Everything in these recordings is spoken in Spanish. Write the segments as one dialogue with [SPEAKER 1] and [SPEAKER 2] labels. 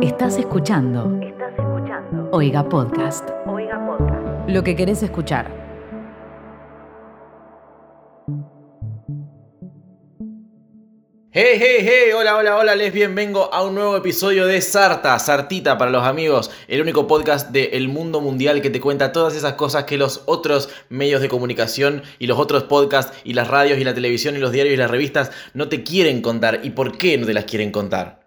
[SPEAKER 1] Estás escuchando
[SPEAKER 2] Estás escuchando
[SPEAKER 1] Oiga Podcast.
[SPEAKER 2] Oiga Podcast.
[SPEAKER 1] Lo que querés escuchar.
[SPEAKER 3] Hey, hey, hey, hola, hola, hola, les bienvengo a un nuevo episodio de Sarta, Sartita para los amigos, el único podcast del mundo mundial que te cuenta todas esas cosas que los otros medios de comunicación y los otros podcasts y las radios y la televisión y los diarios y las revistas no te quieren contar. ¿Y por qué no te las quieren contar?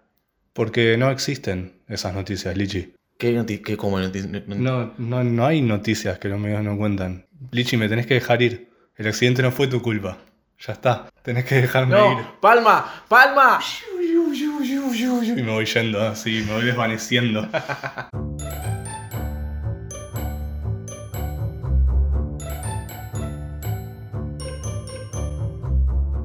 [SPEAKER 4] Porque no existen esas noticias, Lichi.
[SPEAKER 3] ¿Qué, noti- qué cómo? noti- no- no-
[SPEAKER 4] No, no, no hay noticias que los medios no cuentan. Lichi, me tenés que dejar ir. El accidente no fue tu culpa. Ya está, tenés que dejarme ir.
[SPEAKER 3] No, palma, palma.
[SPEAKER 4] Y me voy yendo así, me voy desvaneciendo.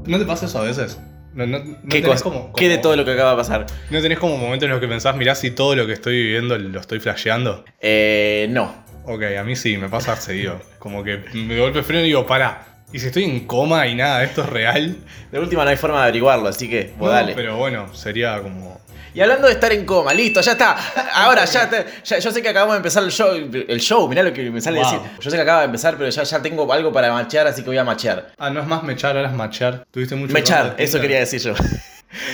[SPEAKER 4] ¿No te pasa eso a veces? No, no- no
[SPEAKER 3] ¿Qué,
[SPEAKER 4] tenés
[SPEAKER 3] cosa? ¿Qué de todo lo que acaba de pasar?
[SPEAKER 4] ¿No tenés como momentos en los que pensás, mirá si todo lo que estoy viviendo lo estoy flasheando?
[SPEAKER 3] Eh, no.
[SPEAKER 4] Ok, a mí sí, me pasa seguido. Como que me golpe el freno y digo, pará. Y si estoy en coma y nada, esto es real.
[SPEAKER 3] De última no hay forma de averiguarlo, así que vos
[SPEAKER 4] No,
[SPEAKER 3] Pues dale.
[SPEAKER 4] Pero bueno, sería como.
[SPEAKER 3] Y hablando de estar en coma, listo, ya está. Ahora ya, te- ya- yo sé que acabamos de empezar el show, el show, mirá lo que me sale
[SPEAKER 4] Wow.
[SPEAKER 3] decir. Yo sé que acaba de empezar, pero ya, ya tengo algo para machear, así que voy a machear.
[SPEAKER 4] Ah, no es más mechar, ahora es machar. Tuviste mucho.
[SPEAKER 3] Mechar,
[SPEAKER 4] rato de
[SPEAKER 3] eso
[SPEAKER 4] Tinder.
[SPEAKER 3] quería decir yo.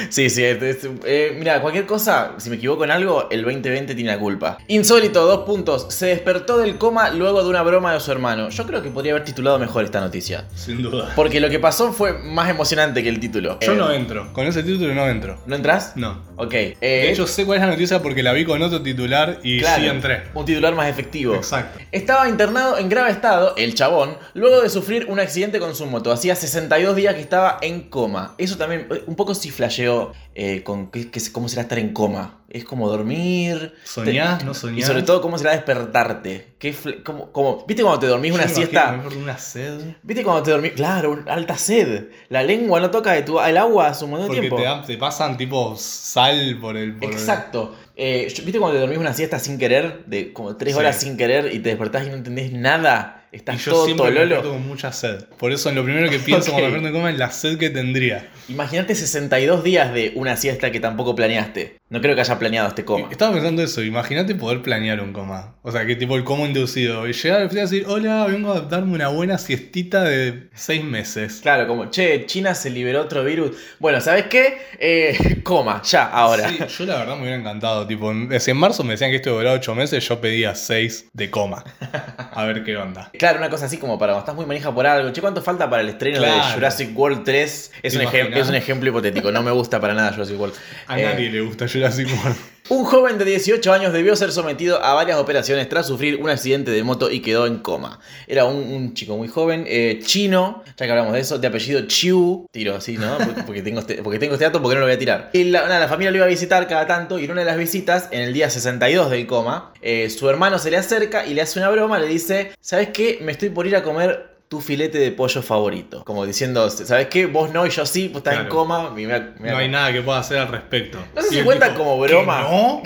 [SPEAKER 3] Sí, sí, es- es- eh, mira, cualquier cosa, si me equivoco en algo, el 2020 tiene la culpa. Insólito, dos puntos. Se despertó del coma luego de una broma de su hermano. Yo creo que podría haber titulado mejor esta noticia.
[SPEAKER 4] Sin duda.
[SPEAKER 3] Porque lo que pasó fue más emocionante que el título.
[SPEAKER 4] Yo
[SPEAKER 3] Eh,
[SPEAKER 4] no entro. Con ese título no entro.
[SPEAKER 3] ¿No entras?
[SPEAKER 4] No.
[SPEAKER 3] Ok.
[SPEAKER 4] De
[SPEAKER 3] eh,
[SPEAKER 4] hecho, sé cuál es la noticia porque la vi con otro titular y
[SPEAKER 3] claro,
[SPEAKER 4] sí entré.
[SPEAKER 3] Un titular más efectivo.
[SPEAKER 4] Exacto.
[SPEAKER 3] Estaba internado en grave estado, el chabón, luego de sufrir un accidente con su moto. Hacía 62 días que estaba en coma. Eso también, eh, un poco sí flasheó eh, con qué- qué- cómo será estar en coma. Es como dormir.
[SPEAKER 4] ¿Soñás? ¿No
[SPEAKER 3] Y
[SPEAKER 4] soñás?
[SPEAKER 3] sobre todo, cómo será despertarte. ¿Qué fl- cómo- cómo- ¿Viste cuando te dormís
[SPEAKER 4] Yo
[SPEAKER 3] una
[SPEAKER 4] me imagino,
[SPEAKER 3] siesta?
[SPEAKER 4] me acuerdo de una sed.
[SPEAKER 3] ¿Viste cuando te dormís? Claro, un- alta sed. La lengua no toca de tu, el agua hace un montón de
[SPEAKER 4] Porque
[SPEAKER 3] tiempo.
[SPEAKER 4] te, da- te pasan tipo sal por el. por el-
[SPEAKER 3] Exacto. Eh, yo- ¿Viste cuando te dormís una siesta sin querer? De como tres
[SPEAKER 4] Sí.
[SPEAKER 3] horas sin querer y te despertás y no entendés nada.
[SPEAKER 4] Y
[SPEAKER 3] Estás
[SPEAKER 4] yo
[SPEAKER 3] todo
[SPEAKER 4] siempre me despierto
[SPEAKER 3] tololo.
[SPEAKER 4] con mucha sed. Por eso lo primero que pienso cuando me despierto de coma es la sed que tendría.
[SPEAKER 3] Imagínate 62 días de una siesta que tampoco planeaste. No creo que haya planeado este coma.
[SPEAKER 4] Estaba pensando eso, imagínate poder planear un coma. O sea, que tipo el coma inducido. Y llegar al final y decir, hola, vengo a darme una buena siestita de seis meses.
[SPEAKER 3] Claro, como, che, China se liberó otro virus. Bueno, ¿sabes qué? Eh, coma, ya, ahora.
[SPEAKER 4] Sí, yo la verdad me hubiera encantado. Tipo, en si en marzo me decían que esto duraba ocho meses, yo pedía seis de coma. A ver qué onda.
[SPEAKER 3] Claro, una cosa así como para cuando estás muy manija por algo. Che, ¿cuánto falta para el estreno de
[SPEAKER 4] Claro.
[SPEAKER 3] Jurassic World 3? Es
[SPEAKER 4] ¿Te
[SPEAKER 3] un, ejem-
[SPEAKER 4] imaginas?
[SPEAKER 3] es un ejemplo hipotético, no me gusta para nada Jurassic World.
[SPEAKER 4] A
[SPEAKER 3] Eh,
[SPEAKER 4] nadie le gusta Jurassic World.
[SPEAKER 3] Un joven de 18 años debió ser sometido a varias operaciones tras sufrir un accidente de moto y quedó en coma. Era un, un chico muy joven, eh, chino, ya que hablamos de eso, de apellido Chiu. Tiro así, ¿no? Porque- Porque tengo este, porque tengo este dato, porque no lo voy a tirar. Y la, nada, la familia lo iba a visitar cada tanto y en una de las visitas, en el día 62 del coma, eh, su hermano se le acerca y le hace una broma, le dice, ¿sabes qué? Me estoy por ir a comer tu filete de pollo favorito. Como diciendo, ¿sabes qué? Vos no y yo sí, vos estás en
[SPEAKER 4] Claro.
[SPEAKER 3] coma. y me voy a- me voy a
[SPEAKER 4] No hay nada que pueda hacer al respecto.
[SPEAKER 3] No sé
[SPEAKER 4] Y
[SPEAKER 3] si
[SPEAKER 4] el
[SPEAKER 3] cuenta como
[SPEAKER 4] ¿qué
[SPEAKER 3] broma.
[SPEAKER 4] No.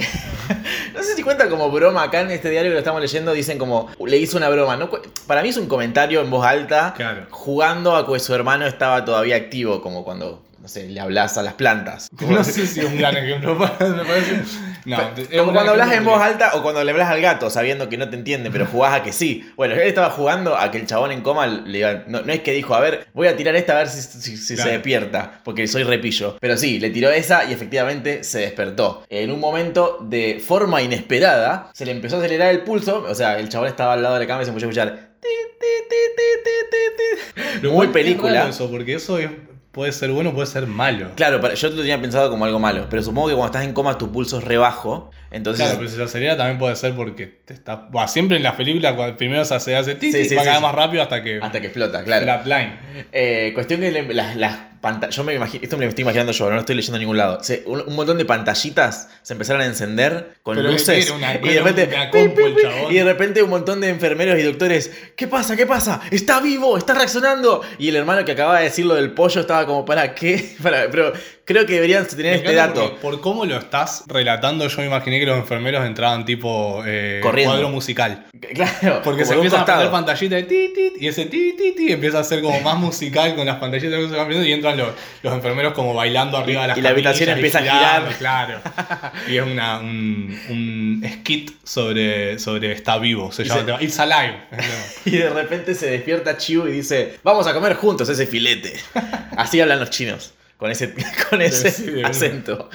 [SPEAKER 3] No sé si cuenta como broma acá en este diario que lo estamos leyendo, dicen como le hizo una broma. No, cu- para mí es un comentario en voz alta
[SPEAKER 4] Claro.
[SPEAKER 3] jugando a que su hermano estaba todavía activo, como cuando, no sé, le hablas a las plantas.
[SPEAKER 4] No sé si es un gran ejemplo. Me parece- No, es un
[SPEAKER 3] Como
[SPEAKER 4] gran
[SPEAKER 3] cuando hablas en
[SPEAKER 4] ejemplo
[SPEAKER 3] voz
[SPEAKER 4] porque-
[SPEAKER 3] alta o cuando le hablas al gato sabiendo que no te entiende, pero jugás a que sí. Bueno, él estaba jugando a que el chabón en coma le iba- no, no es que dijo, a ver, voy a tirar esta a ver si, si- si
[SPEAKER 4] Claro.
[SPEAKER 3] se despierta, porque soy repillo. Pero sí, le tiró esa y efectivamente se despertó. En un momento de forma inesperada, se le empezó a acelerar el pulso, o sea, el chabón estaba al lado de la cama y se empezó a escuchar. "Ti, ti, ti, ti, ti, ti, ti".
[SPEAKER 4] Lo
[SPEAKER 3] Muy
[SPEAKER 4] cual es raro
[SPEAKER 3] película.
[SPEAKER 4] Eso, porque eso es- puede ser bueno, puede ser malo. Claro,
[SPEAKER 3] Claro, para- yo lo tenía pensado como algo malo, pero supongo que cuando estás en coma tu pulso es rebajo, entonces
[SPEAKER 4] pero si se acelera también puede ser porque te está. Buah, siempre en las películas cuando primero se hace, hace ti,
[SPEAKER 3] Sí,
[SPEAKER 4] ti,
[SPEAKER 3] sí,
[SPEAKER 4] va
[SPEAKER 3] sí,
[SPEAKER 4] cada
[SPEAKER 3] sí.
[SPEAKER 4] más rápido hasta que.
[SPEAKER 3] hasta que explota, claro.
[SPEAKER 4] La plane.
[SPEAKER 3] Eh, cuestión que le- las, las pantallas. Yo me imagino. Esto me lo estoy imaginando yo, no lo estoy leyendo en ningún lado. Se- un, un montón de pantallitas se empezaron a encender con
[SPEAKER 4] Pero
[SPEAKER 3] luces.
[SPEAKER 4] era una-
[SPEAKER 3] y, de
[SPEAKER 4] era
[SPEAKER 3] repente,
[SPEAKER 4] una compu el chabón.
[SPEAKER 3] y de repente un montón de enfermeros y doctores. ¿Qué pasa? ¿Qué pasa? ¡Está vivo! ¡Está reaccionando! Y el hermano que acaba de decir lo del pollo estaba como, ¿para qué? Para, pero, Creo que deberían tener
[SPEAKER 4] Me
[SPEAKER 3] este
[SPEAKER 4] encanta
[SPEAKER 3] dato.
[SPEAKER 4] porque Por cómo lo estás relatando, yo me imaginé que los enfermeros entraban tipo eh,
[SPEAKER 3] Corriendo.
[SPEAKER 4] cuadro musical.
[SPEAKER 3] Claro,
[SPEAKER 4] Porque
[SPEAKER 3] como
[SPEAKER 4] se
[SPEAKER 3] de un
[SPEAKER 4] empiezan a poner
[SPEAKER 3] costado.
[SPEAKER 4] pantallitas de ti, ti, ti, y ese ti, ti, ti empieza a ser como más musical con las pantallitas que se van viendo y entran los, los enfermeros como bailando arriba de las
[SPEAKER 3] Y la habitación
[SPEAKER 4] camillas y
[SPEAKER 3] empieza a
[SPEAKER 4] girando, Claro. Y es una, un, un skit sobre, sobre Está Vivo, se
[SPEAKER 3] Y
[SPEAKER 4] llama.
[SPEAKER 3] se-
[SPEAKER 4] el tema. It's Alive. es el tema.
[SPEAKER 3] Y de repente se despierta Chiu y dice, vamos a comer juntos ese filete. Así hablan los chinos, con ese, con ese
[SPEAKER 4] Sí, de una.
[SPEAKER 3] acento.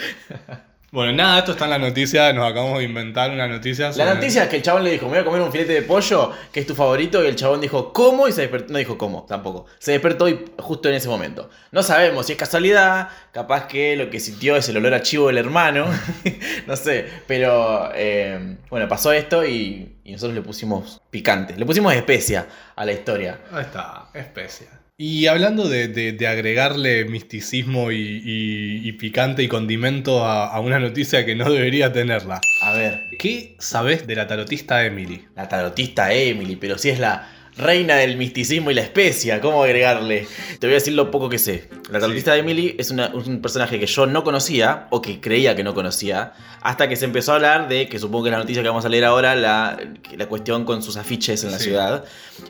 [SPEAKER 4] Bueno, nada, esto está en la noticia, nos acabamos de inventar una noticia.
[SPEAKER 3] La
[SPEAKER 4] sobre-
[SPEAKER 3] noticia es que el chabón le dijo, me voy a comer un filete de pollo, que es tu favorito, y el chabón dijo, ¿cómo? Y se despertó, no dijo cómo, tampoco. Se despertó y justo en ese momento. No sabemos si es casualidad, capaz que lo que sintió es el olor a chivo del hermano, no sé, pero eh, bueno, pasó esto y, y nosotros le pusimos picante, le pusimos especia a la historia.
[SPEAKER 4] Ahí está, especia. Y hablando de, de- de agregarle misticismo y, y- y picante y condimento a, a una noticia que no debería tenerla.
[SPEAKER 3] A ver.
[SPEAKER 4] ¿Qué sabes de la tarotista Emily?
[SPEAKER 3] La tarotista Emily, pero si es la reina del misticismo y la especia, ¿cómo agregarle? Te voy a decir lo poco que sé. La tarotista Emily es una- un personaje que yo no conocía, o que creía que no conocía, hasta que se empezó a hablar de, que supongo que es la noticia que vamos a leer ahora, la, la cuestión con sus afiches en la
[SPEAKER 4] Sí.
[SPEAKER 3] ciudad.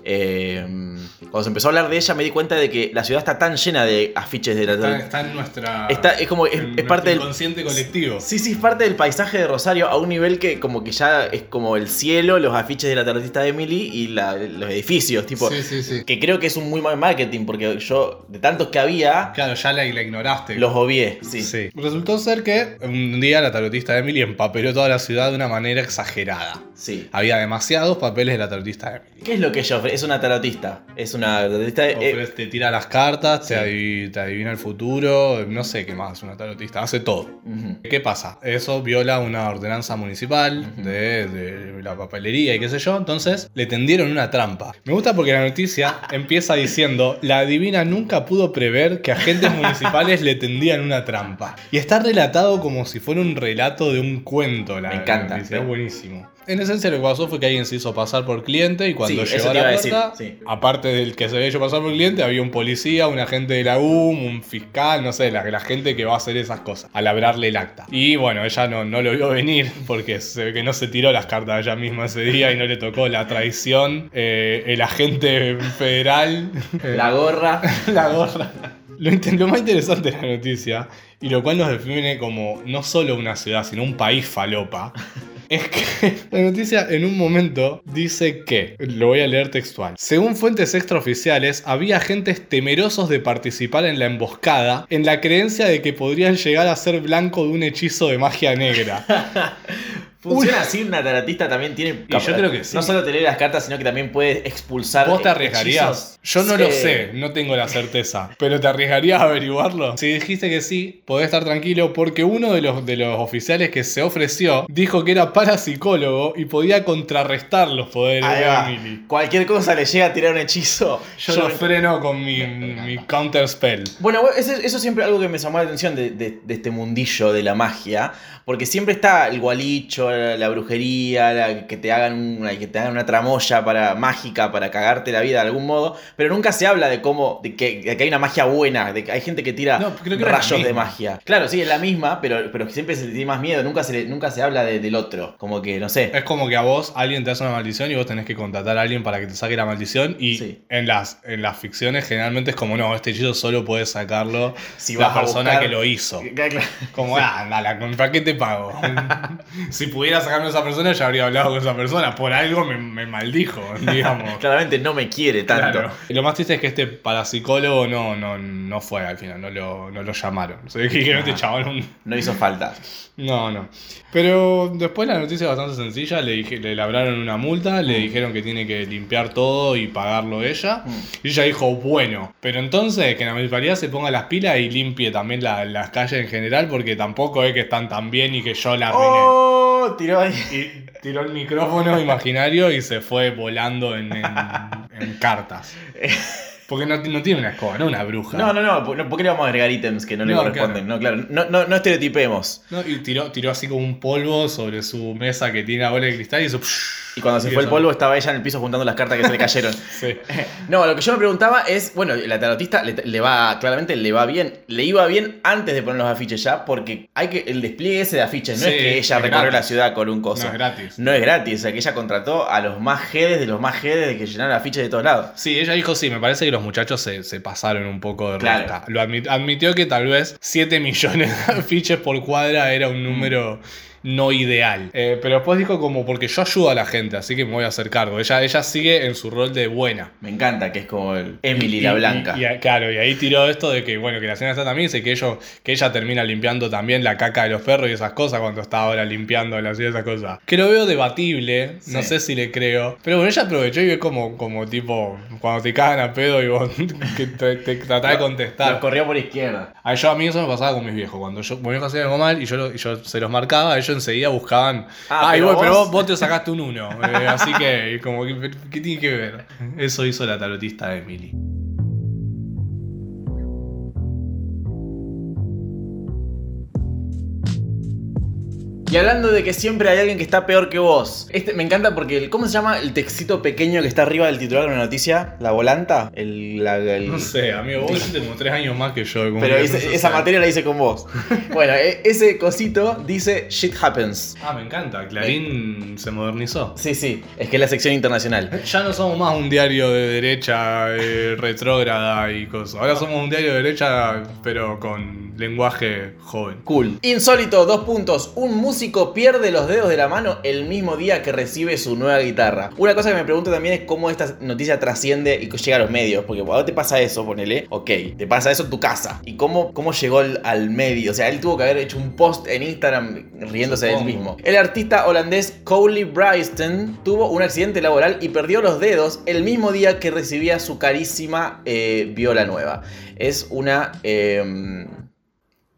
[SPEAKER 3] Eh, cuando se empezó a hablar de ella me di cuenta de que la ciudad está tan llena de afiches de la
[SPEAKER 4] Está,
[SPEAKER 3] tarotista.
[SPEAKER 4] está en nuestra.
[SPEAKER 3] Está- es como- es-
[SPEAKER 4] en
[SPEAKER 3] es
[SPEAKER 4] nuestro
[SPEAKER 3] parte del-
[SPEAKER 4] inconsciente colectivo.
[SPEAKER 3] Sí, sí, es parte del paisaje de Rosario a un nivel que como que ya es como el cielo, los afiches de la tarotista de Emily y la- los edificios, tipo...
[SPEAKER 4] sí, sí, sí.
[SPEAKER 3] Que creo que es un muy mal marketing, porque yo, de tantos que había,
[SPEAKER 4] Claro, ya la, la ignoraste.
[SPEAKER 3] los obvié. Sí.
[SPEAKER 4] Sí. Resultó ser que un día la tarotista Emily empapeló toda la ciudad de una manera exagerada.
[SPEAKER 3] sí.
[SPEAKER 4] Había demasiados papeles de la tarotista Emily.
[SPEAKER 3] ¿Qué es lo que ella ofrece? Es una tarotista. Es una tarotista... eh,
[SPEAKER 4] Ofrece- te tira las cartas,
[SPEAKER 3] sí.
[SPEAKER 4] te, adiv- te adivina el futuro, no sé qué más, una tarotista, hace todo.
[SPEAKER 3] ujú.
[SPEAKER 4] Mm. ¿Qué pasa? Eso viola una ordenanza municipal
[SPEAKER 3] Ujú.
[SPEAKER 4] de, de la papelería y qué sé yo, entonces le tendieron una trampa. Me gusta porque la noticia empieza diciendo, la divina nunca pudo prever que agentes municipales le tendían una trampa. Y está relatado como si fuera un relato de un cuento. La,
[SPEAKER 3] Me
[SPEAKER 4] la
[SPEAKER 3] encanta,
[SPEAKER 4] noticia,
[SPEAKER 3] sí.
[SPEAKER 4] es buenísimo. En esencia lo que pasó fue que alguien se hizo pasar por cliente y cuando
[SPEAKER 3] Sí, eso
[SPEAKER 4] llegó
[SPEAKER 3] te
[SPEAKER 4] a la
[SPEAKER 3] iba a
[SPEAKER 4] puerta,
[SPEAKER 3] decir, sí.
[SPEAKER 4] aparte del que se había hecho pasar por cliente, había un policía, un agente de la UM, un fiscal, no sé, la, la gente que va a hacer esas cosas, a labrarle el acta. Y bueno, ella no, no lo vio venir porque se ve que no se tiró las cartas ella misma ese día y no le tocó la traición, eh, el agente federal, eh,
[SPEAKER 3] La gorra.
[SPEAKER 4] la gorra. Lo, inte- lo más interesante de la noticia, y lo cual nos define como no solo una ciudad, sino un país falopa, es que la noticia en un momento dice que, lo voy a leer textual, según fuentes extraoficiales, había agentes temerosos de participar en la emboscada en la creencia de que podrían llegar a ser blanco de un hechizo de magia negra.
[SPEAKER 3] Funciona así, una tarotista también tiene...
[SPEAKER 4] Y yo creo que sí.
[SPEAKER 3] No solo te lee las cartas, sino que también puede expulsar...
[SPEAKER 4] ¿Vos te
[SPEAKER 3] eh,
[SPEAKER 4] arriesgarías?
[SPEAKER 3] hechizos.
[SPEAKER 4] Yo no
[SPEAKER 3] Sí.
[SPEAKER 4] lo sé, no tengo la certeza. ¿Pero te arriesgarías a averiguarlo? Si dijiste que sí, podés estar tranquilo porque uno de los, de los oficiales que se ofreció dijo que era parapsicólogo y podía contrarrestar los poderes
[SPEAKER 3] Ahí
[SPEAKER 4] de
[SPEAKER 3] va.
[SPEAKER 4] Emily.
[SPEAKER 3] Cualquier cosa le llega a tirar un hechizo.
[SPEAKER 4] Yo lo freno con mi, mi counter spell.
[SPEAKER 3] Bueno, bueno, ese- eso, siempre es algo que me llamó la atención de, de- de este mundillo de la magia, porque siempre está el gualicho, la, la brujería, la- que, te hagan una, que te hagan una tramoya para, mágica para cagarte la vida de algún modo, pero nunca se habla de cómo, de que, de que hay una magia buena, de que hay gente que tira
[SPEAKER 4] No, creo que era la
[SPEAKER 3] rayos de
[SPEAKER 4] misma.
[SPEAKER 3] magia. Claro, sí, es la misma, pero, pero siempre se le tiene más miedo, nunca se, le- nunca se habla de- del otro, como que, no sé.
[SPEAKER 4] Es como que a vos alguien te hace una maldición y vos tenés que contratar a alguien para que te saque la maldición. Y
[SPEAKER 3] Sí.
[SPEAKER 4] en, las, en las ficciones generalmente es como, no, este hechizo solo puede sacarlo
[SPEAKER 3] Si
[SPEAKER 4] la
[SPEAKER 3] vas a
[SPEAKER 4] persona
[SPEAKER 3] buscar-
[SPEAKER 4] que lo hizo.
[SPEAKER 3] Claro.
[SPEAKER 4] Como, ah, dala, ¿con- ¿para qué te pago? si pudiera sacarme a esa persona, ya habría hablado con esa persona. Por algo me, me maldijo, digamos.
[SPEAKER 3] Claramente no me quiere tanto.
[SPEAKER 4] Claro. Lo más triste es que este parapsicólogo no, no, no fue al final, no lo, no lo llamaron. Se ve que dijeron, este chabón.
[SPEAKER 3] No hizo falta.
[SPEAKER 4] No, no. Pero después la noticia es bastante sencilla. Le, dije, le labraron una multa, le dijeron que tiene que limpiar todo y pagarlo ella.
[SPEAKER 3] Mm.
[SPEAKER 4] Y ella dijo, bueno, pero entonces que la municipalidad se ponga las pilas y limpie también la- las calles en general, porque tampoco es que están tan bien y que yo la arruiné.
[SPEAKER 3] ¡Oh! Tiró ahí.
[SPEAKER 4] Y tiró el micrófono imaginario y se fue volando en, en- en cartas. Porque no, no tiene una escoba, no una bruja.
[SPEAKER 3] No, no, no, po- no, ¿por qué le vamos a agregar ítems que no le
[SPEAKER 4] No,
[SPEAKER 3] corresponden? No, claro, no, no, no estereotipemos.
[SPEAKER 4] No, y tiró, tiró así como un polvo sobre su mesa que tiene ahora de cristal y hizo... psh.
[SPEAKER 3] Y cuando se
[SPEAKER 4] Sí,
[SPEAKER 3] fue el
[SPEAKER 4] eso.
[SPEAKER 3] polvo estaba ella en el piso juntando las cartas que se le cayeron.
[SPEAKER 4] Sí.
[SPEAKER 3] No, lo que yo me preguntaba es, bueno, la tarotista le, le va, claramente le va bien, le iba bien antes de poner los afiches ya, porque hay que el despliegue ese de afiches, no
[SPEAKER 4] Sí,
[SPEAKER 3] es que ella
[SPEAKER 4] es
[SPEAKER 3] recorrió
[SPEAKER 4] gratis.
[SPEAKER 3] la ciudad con un
[SPEAKER 4] No
[SPEAKER 3] coso.
[SPEAKER 4] es gratis.
[SPEAKER 3] No es gratis, o sea que ella contrató a los más jedes de los más jedes de que llenaron afiches de todos lados.
[SPEAKER 4] Sí, ella dijo sí, me parece que los muchachos se, se pasaron un poco de
[SPEAKER 3] Claro.
[SPEAKER 4] rata. Lo admit- admitió que tal vez 7 millones de afiches por cuadra era un número no ideal. Eh, pero después dijo como porque yo ayudo a la gente, así que me voy a hacer cargo. Ella, ella sigue en su rol de buena.
[SPEAKER 3] Me encanta que es como el Emily la Blanca.
[SPEAKER 4] Y, y- claro, y ahí tiró esto de que, bueno, que la señora está también dice que, ellos, que ella termina limpiando también la caca de los perros y esas cosas cuando está ahora limpiando las y esas cosas. Que lo veo debatible, no
[SPEAKER 3] Sí.
[SPEAKER 4] sé si le creo. Pero bueno, ella aprovechó y ve como, como tipo, cuando te cagan a pedo y vos que te, te tratás de
[SPEAKER 3] Los
[SPEAKER 4] contestar.
[SPEAKER 3] corrió por izquierda.
[SPEAKER 4] A, yo, a mí eso me pasaba con mis viejos. Cuando yo, mis viejos hacían algo mal y yo, lo- y yo se los marcaba, ellos enseguida buscaban.
[SPEAKER 3] Ah,
[SPEAKER 4] Ay,
[SPEAKER 3] pero
[SPEAKER 4] bueno, pero
[SPEAKER 3] vos-
[SPEAKER 4] vos, vos te sacaste un uno. eh, así que, como, que- ¿qué tiene que ver? Eso hizo la tarotista Emily.
[SPEAKER 3] Y hablando de que siempre hay alguien que está peor que vos. Este me encanta porque el, ¿cómo se llama el textito pequeño que está arriba del titular de una noticia? La volanta, el, la- el-
[SPEAKER 4] No sé, amigo, vos hiciste como tres años más que yo. como
[SPEAKER 3] Mm. Pero
[SPEAKER 4] que
[SPEAKER 3] ese-
[SPEAKER 4] no sé.
[SPEAKER 3] esa materia la hice con vos. Bueno, e- ese cosito dice shit happens.
[SPEAKER 4] Ah, me encanta, Clarín se modernizó.
[SPEAKER 3] Sí, sí, es que es la sección internacional.
[SPEAKER 4] Ya no somos más un diario de derecha eh, retrógrada y cosas. Ahora somos un diario de derecha, pero con lenguaje joven.
[SPEAKER 3] Cool. Insólito, dos puntos. Un músico pierde los dedos de la mano el mismo día que recibe su nueva guitarra. Una cosa que me pregunto también es cómo esta noticia trasciende y llega a los medios. Porque cuando te pasa eso, ponele, ok, te pasa eso en tu casa. ¿Y cómo, cómo llegó al, al medio? O sea, él tuvo que haber hecho un post en Instagram riéndose de él
[SPEAKER 4] Supongo.
[SPEAKER 3] mismo. El artista holandés Cowley Bryston tuvo un accidente laboral y perdió los dedos el mismo día que recibía su carísima eh, viola nueva. Es una... em,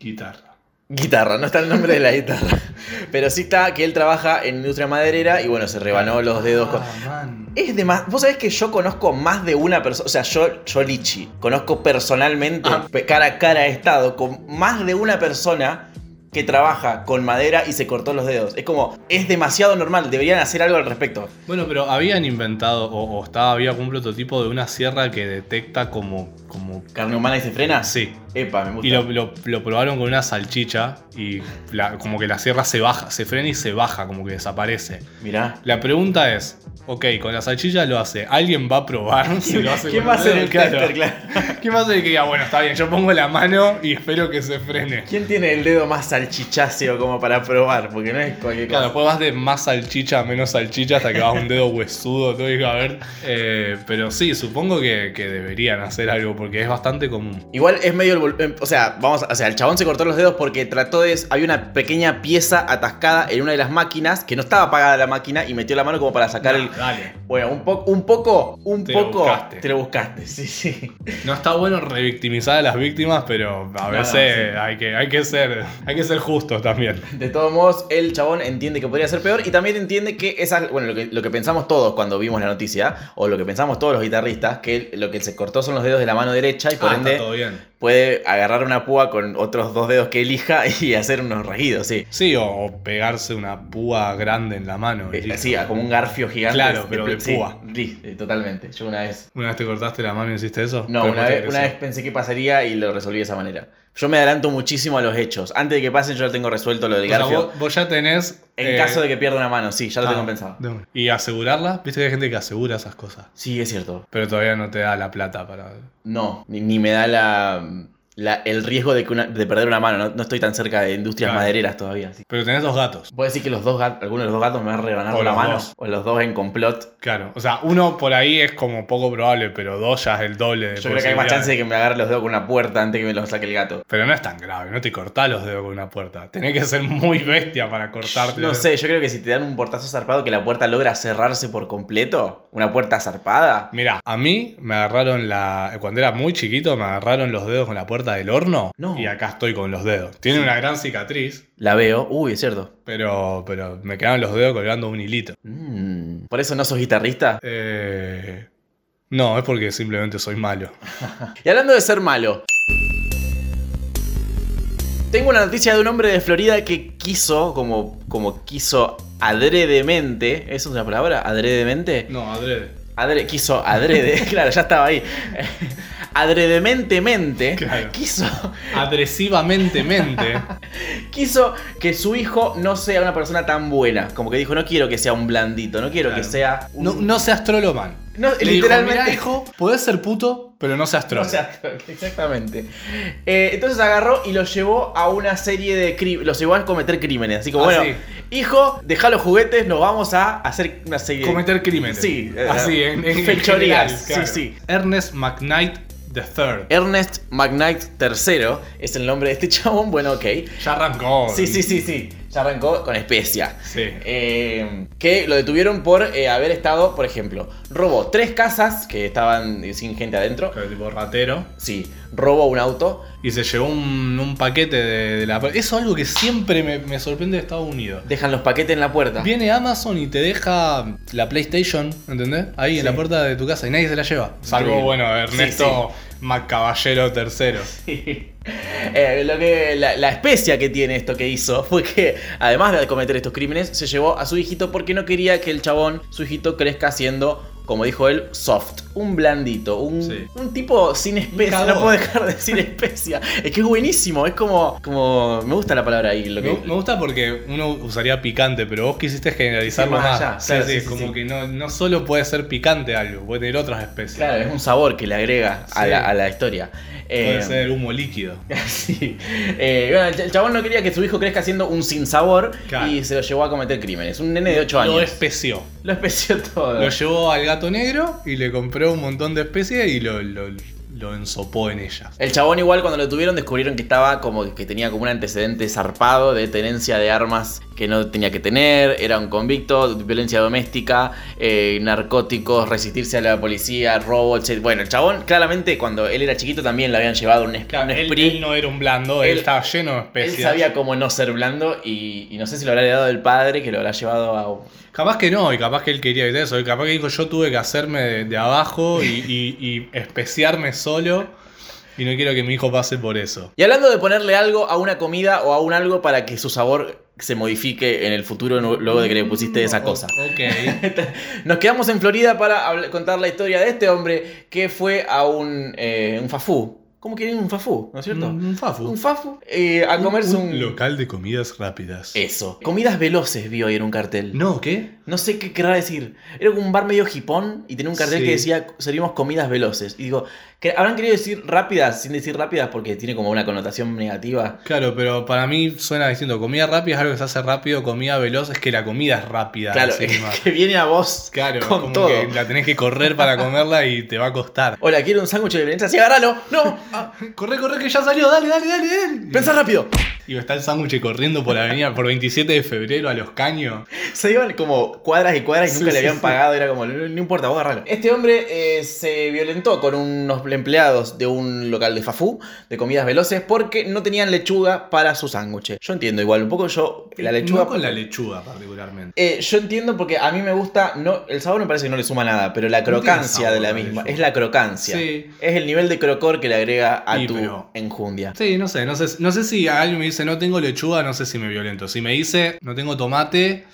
[SPEAKER 4] Guitarra.
[SPEAKER 3] Guitarra, no está el nombre de la guitarra. Pero sí está que él trabaja en industria maderera y bueno, se rebanó los dedos. con-
[SPEAKER 4] Ah,
[SPEAKER 3] Es de más. Vos sabés que yo conozco más de una persona. O sea, yo, yo Lichi, conozco personalmente,
[SPEAKER 4] Ah.
[SPEAKER 3] pe- cara a cara he estado, con más de una persona que trabaja con madera y se cortó los dedos. Es como, es demasiado normal, deberían hacer algo al respecto.
[SPEAKER 4] Bueno, pero habían inventado o, o estaba, había un prototipo de una sierra que detecta como. como
[SPEAKER 3] Carne humana y se frena.
[SPEAKER 4] sí.
[SPEAKER 3] Epa, me gusta.
[SPEAKER 4] Y lo, lo- lo probaron con una salchicha y la- como que la sierra se baja, se frena y se baja, como que desaparece.
[SPEAKER 3] Mirá.
[SPEAKER 4] La pregunta es, ok, con la salchicha lo hace, ¿alguien va a probar? si lo hace
[SPEAKER 3] ¿Quién
[SPEAKER 4] con
[SPEAKER 3] va a
[SPEAKER 4] los
[SPEAKER 3] ser
[SPEAKER 4] dedos?
[SPEAKER 3] el
[SPEAKER 4] Claro.
[SPEAKER 3] tester? Claro.
[SPEAKER 4] ¿Quién va a ser el que diga, bueno, está bien, yo pongo la mano y espero que se frene?
[SPEAKER 3] ¿Quién tiene el dedo más salchicháceo como para probar? Porque no es cualquier cosa.
[SPEAKER 4] Claro, después vas de más salchicha a menos salchicha hasta que vas a un dedo huesudo, todo y a ver. Eh, pero sí, supongo que, que deberían hacer algo porque es bastante común.
[SPEAKER 3] Igual es medio el vol- em, O sea, vamos. a- O sea, el chabón se cortó los dedos porque trató de. Había una pequeña pieza atascada en una de las máquinas que no estaba apagada la máquina y metió la mano como para sacar el.
[SPEAKER 4] Nah, Ah, Dale.
[SPEAKER 3] Bueno, un, poco un poco. Un
[SPEAKER 4] Te lo
[SPEAKER 3] poco.
[SPEAKER 4] buscaste.
[SPEAKER 3] Te lo buscaste, sí, sí.
[SPEAKER 4] No está bueno revictimizar a las víctimas, pero a veces
[SPEAKER 3] sí.
[SPEAKER 4] hay, que, hay, que ser, hay que ser justos también.
[SPEAKER 3] De todos modos, el chabón entiende que podría ser peor y también entiende que esas. Bueno, lo que, lo que pensamos todos cuando vimos la noticia, o lo que pensamos todos los guitarristas, que lo que se cortó son los dedos de la mano derecha y por
[SPEAKER 4] Ah,
[SPEAKER 3] ende
[SPEAKER 4] está todo bien.
[SPEAKER 3] puede agarrar una púa con otros dos dedos que elija y hacer unos rajidos, sí.
[SPEAKER 4] Sí, o, o pegarse una púa grande en la mano. y
[SPEAKER 3] Eh,
[SPEAKER 4] listo.
[SPEAKER 3] Sí, como un garfio gigante.
[SPEAKER 4] Claro,
[SPEAKER 3] de-
[SPEAKER 4] pero de
[SPEAKER 3] sí,
[SPEAKER 4] púa.
[SPEAKER 3] sí, eh, totalmente. Yo una vez.
[SPEAKER 4] ¿Una vez te cortaste la mano y hiciste eso?
[SPEAKER 3] No,
[SPEAKER 4] Pero
[SPEAKER 3] una
[SPEAKER 4] ¿por qué
[SPEAKER 3] vez, una
[SPEAKER 4] creció?
[SPEAKER 3] vez pensé que pasaría y lo resolví de esa manera. Yo me adelanto muchísimo a los hechos. Antes de que pasen, yo ya tengo resuelto lo del
[SPEAKER 4] O sea,
[SPEAKER 3] garfio.
[SPEAKER 4] vos, eh, vos ya tenés. ah,
[SPEAKER 3] en caso de que pierda una mano, sí, ya lo tengo pensado.
[SPEAKER 4] ¿Y asegurarla? Viste que hay gente que asegura esas cosas.
[SPEAKER 3] Sí, es cierto.
[SPEAKER 4] Pero todavía no te da la plata para.
[SPEAKER 3] No, ni, ni me da la, la- el riesgo de, que una- de perder una mano. No, no estoy tan cerca de industrias
[SPEAKER 4] Claro.
[SPEAKER 3] madereras todavía. Así.
[SPEAKER 4] Pero tenés dos gatos.
[SPEAKER 3] Puedo decir que los dos gat- alguno de los dos gatos me van a rebanar
[SPEAKER 4] O
[SPEAKER 3] la
[SPEAKER 4] los
[SPEAKER 3] mano.
[SPEAKER 4] dos.
[SPEAKER 3] O los dos en complot.
[SPEAKER 4] Claro. O sea, uno por ahí es como poco probable, pero dos ya es el doble de
[SPEAKER 3] Yo creo que hay más chance
[SPEAKER 4] posibilidades.
[SPEAKER 3] de que me agarre los dedos con una puerta antes que me los saque el gato.
[SPEAKER 4] Pero no es tan grave, no te cortás los dedos con una puerta. Tenés que ser muy bestia para cortarte.
[SPEAKER 3] No
[SPEAKER 4] los-
[SPEAKER 3] sé, yo creo que si te dan un portazo zarpado que la puerta logra cerrarse por completo, una puerta zarpada.
[SPEAKER 4] Mirá, a mí me agarraron la. Cuando era muy chiquito, me agarraron los dedos con la puerta del horno.
[SPEAKER 3] No.
[SPEAKER 4] Y acá estoy con los dedos. Tiene una gran cicatriz,
[SPEAKER 3] La veo. Uy, es cierto.
[SPEAKER 4] pero, pero me quedaron los dedos colgando un hilito.
[SPEAKER 3] Mm, Por eso no sos guitarrista.
[SPEAKER 4] Eh, No, es porque simplemente soy malo.
[SPEAKER 3] Y hablando de ser malo. Tengo una noticia de un hombre de Florida que quiso, como, como quiso adredemente, ¿eso es una palabra? ¿Adredemente?
[SPEAKER 4] No, adrede.
[SPEAKER 3] Adre- quiso adrede, claro, ya estaba ahí. Adredementemente
[SPEAKER 4] Claro.
[SPEAKER 3] quiso,
[SPEAKER 4] Adresivamente mente.
[SPEAKER 3] quiso que su hijo no sea una persona tan buena. Como que dijo, no quiero que sea un blandito, no quiero
[SPEAKER 4] Claro.
[SPEAKER 3] que sea un...
[SPEAKER 4] No, no seas trolo, man.
[SPEAKER 3] No,
[SPEAKER 4] Le dijo,
[SPEAKER 3] literalmente
[SPEAKER 4] "Mirá, hijo, podés ser puto, pero no seas trolo.
[SPEAKER 3] O sea, exactamente. Eh, entonces agarró y los llevó a una serie de crímenes. Los llevó a cometer crímenes. Así que
[SPEAKER 4] Ah,
[SPEAKER 3] bueno,
[SPEAKER 4] sí.
[SPEAKER 3] hijo, deja los juguetes, nos vamos a hacer una serie.
[SPEAKER 4] Cometer crímenes.
[SPEAKER 3] Sí, eh,
[SPEAKER 4] así, en, en- en
[SPEAKER 3] fechorías,
[SPEAKER 4] general,
[SPEAKER 3] sí, sí.
[SPEAKER 4] Ernest McKnight III.
[SPEAKER 3] Ernest McKnight III es el nombre de este chabón. Bueno, ok.
[SPEAKER 4] Ya arrancó.
[SPEAKER 3] Sí, sí, sí, sí. Ya arrancó con especia.
[SPEAKER 4] Sí.
[SPEAKER 3] Eh, que lo detuvieron por eh, haber estado, por ejemplo, robó tres casas que estaban eh, sin gente adentro.
[SPEAKER 4] Pero Tipo ratero.
[SPEAKER 3] Sí, robó un auto,
[SPEAKER 4] Y se llevó un, un paquete de, de la. Eso es algo que siempre me, me sorprende de Estados Unidos.
[SPEAKER 3] dejan los paquetes en la puerta.
[SPEAKER 4] Viene Amazon y te deja la PlayStation, ¿entendés? Ahí en la puerta de tu casa y nadie se la lleva. Salvo,
[SPEAKER 3] Sí.
[SPEAKER 4] bueno,
[SPEAKER 3] Sí,
[SPEAKER 4] Ernesto Macaballero III.
[SPEAKER 3] Eh, lo que, la, la especia que tiene esto que hizo fue que, además de cometer estos crímenes, se llevó a su hijito porque no quería que el chabón, su hijito, crezca siendo, como dijo él, soft, un blandito, un,
[SPEAKER 4] Sí.
[SPEAKER 3] un tipo sin especia.
[SPEAKER 4] cagón.
[SPEAKER 3] No puedo dejar de decir especia. Es que es buenísimo, es como. como me gusta la palabra ahí. Lo que,
[SPEAKER 4] Me, me gusta porque uno usaría picante, pero vos quisiste generalizarlo
[SPEAKER 3] Sí, más
[SPEAKER 4] más.
[SPEAKER 3] allá,
[SPEAKER 4] Sí,
[SPEAKER 3] claro,
[SPEAKER 4] sí,
[SPEAKER 3] sí,
[SPEAKER 4] es
[SPEAKER 3] sí,
[SPEAKER 4] como
[SPEAKER 3] sí.
[SPEAKER 4] que no, no solo puede ser picante algo, puede tener otras especies.
[SPEAKER 3] Claro, es un sabor que le agrega a,
[SPEAKER 4] Sí.
[SPEAKER 3] la, a la historia.
[SPEAKER 4] Puede
[SPEAKER 3] Eh,
[SPEAKER 4] ser humo líquido.
[SPEAKER 3] Sí. Eh, bueno, el ch- el chabón no quería que su hijo crezca siendo un sinsabor
[SPEAKER 4] Claro.
[SPEAKER 3] y se lo llevó a cometer crímenes. Un nene de 8 años.
[SPEAKER 4] Lo especió.
[SPEAKER 3] Lo especió todo.
[SPEAKER 4] Lo llevó al gato negro y le compró un montón de especies y lo, lo, lo ensopó en ellas.
[SPEAKER 3] El chabón igual cuando lo tuvieron descubrieron que estaba como que tenía como un antecedente zarpado de tenencia de armas que no tenía que tener, era un convicto, violencia doméstica, eh, narcóticos, resistirse a la policía, robo, etc. Bueno, el chabón claramente cuando él era chiquito también le habían llevado un, es- un
[SPEAKER 4] él,
[SPEAKER 3] spree.
[SPEAKER 4] él no era un blando, él,
[SPEAKER 3] Él-
[SPEAKER 4] estaba lleno de
[SPEAKER 3] Él
[SPEAKER 4] especies.
[SPEAKER 3] sabía cómo no ser blando y, y no sé si lo habrá heredado del padre que lo habrá llevado a...
[SPEAKER 4] Capaz que no, y capaz que él quería evitar eso, y capaz que dijo yo tuve que hacerme de, de abajo y, y- y especiarme solo y no quiero que mi hijo pase por eso.
[SPEAKER 3] Y hablando de ponerle algo a una comida o a un algo para que su sabor se modifique en el futuro no- luego de que le pusiste esa cosa.
[SPEAKER 4] Oh, Ok.
[SPEAKER 3] Nos quedamos en Florida para habl- contar la historia de este hombre que fue a un, eh, un fafú. ¿Cómo quieren un fafú? ¿No es cierto?
[SPEAKER 4] Un fafu.
[SPEAKER 3] Un fafú eh, a comerse un... Eh,
[SPEAKER 4] Mm. local de comidas rápidas.
[SPEAKER 3] Eso. Comidas veloces vi hoy en un cartel. No,
[SPEAKER 4] No, ¿qué?
[SPEAKER 3] sé qué querrá decir. Era como un bar medio hipón y tenía un cartel
[SPEAKER 4] Sí.
[SPEAKER 3] que decía servimos comidas veloces. Y digo, que habrán querido decir rápidas sin decir rápidas porque tiene como una connotación negativa.
[SPEAKER 4] Claro, pero para mí suena distinto. Comida rápida es algo que se hace rápido, comida veloz es que la comida es rápida.
[SPEAKER 3] Claro,
[SPEAKER 4] encima.
[SPEAKER 3] que viene a vos
[SPEAKER 4] claro,
[SPEAKER 3] con
[SPEAKER 4] como
[SPEAKER 3] todo.
[SPEAKER 4] que la tenés que correr para comerla y te va a costar.
[SPEAKER 3] Hola, quiero un sándwich de vienesa. Sí, agárralo. No, ah,
[SPEAKER 4] Corre, corre, que ya salió, dale, dale, dale, dale.
[SPEAKER 3] pensá rápido.
[SPEAKER 4] Y está el sándwich corriendo por la avenida por 27 de febrero a los caños.
[SPEAKER 3] Se iban como cuadras y cuadras y
[SPEAKER 4] Sí,
[SPEAKER 3] nunca le
[SPEAKER 4] sí,
[SPEAKER 3] habían
[SPEAKER 4] sí.
[SPEAKER 3] pagado. Era como, no, no importa, vos agarralo. Este hombre eh, se violentó con unos empleados de un local de fafú, de comidas veloces, porque no tenían lechuga para su sándwich. Yo entiendo igual, un poco yo, la lechuga...
[SPEAKER 4] No con la lechuga particularmente.
[SPEAKER 3] Eh, yo entiendo porque a mí me gusta, no, el sabor me parece que no le suma nada, pero la
[SPEAKER 4] tiene
[SPEAKER 3] crocancia
[SPEAKER 4] sabor
[SPEAKER 3] de la
[SPEAKER 4] la
[SPEAKER 3] misma,
[SPEAKER 4] lechuga.
[SPEAKER 3] es la crocancia.
[SPEAKER 4] Sí.
[SPEAKER 3] Es el nivel de crocor que le agrega a
[SPEAKER 4] Y,
[SPEAKER 3] tu
[SPEAKER 4] pero-
[SPEAKER 3] enjundia.
[SPEAKER 4] Sí, no sé, no sé, no sé si alguien me dice no tengo lechuga, no sé si me violento. Si me dice no tengo tomate,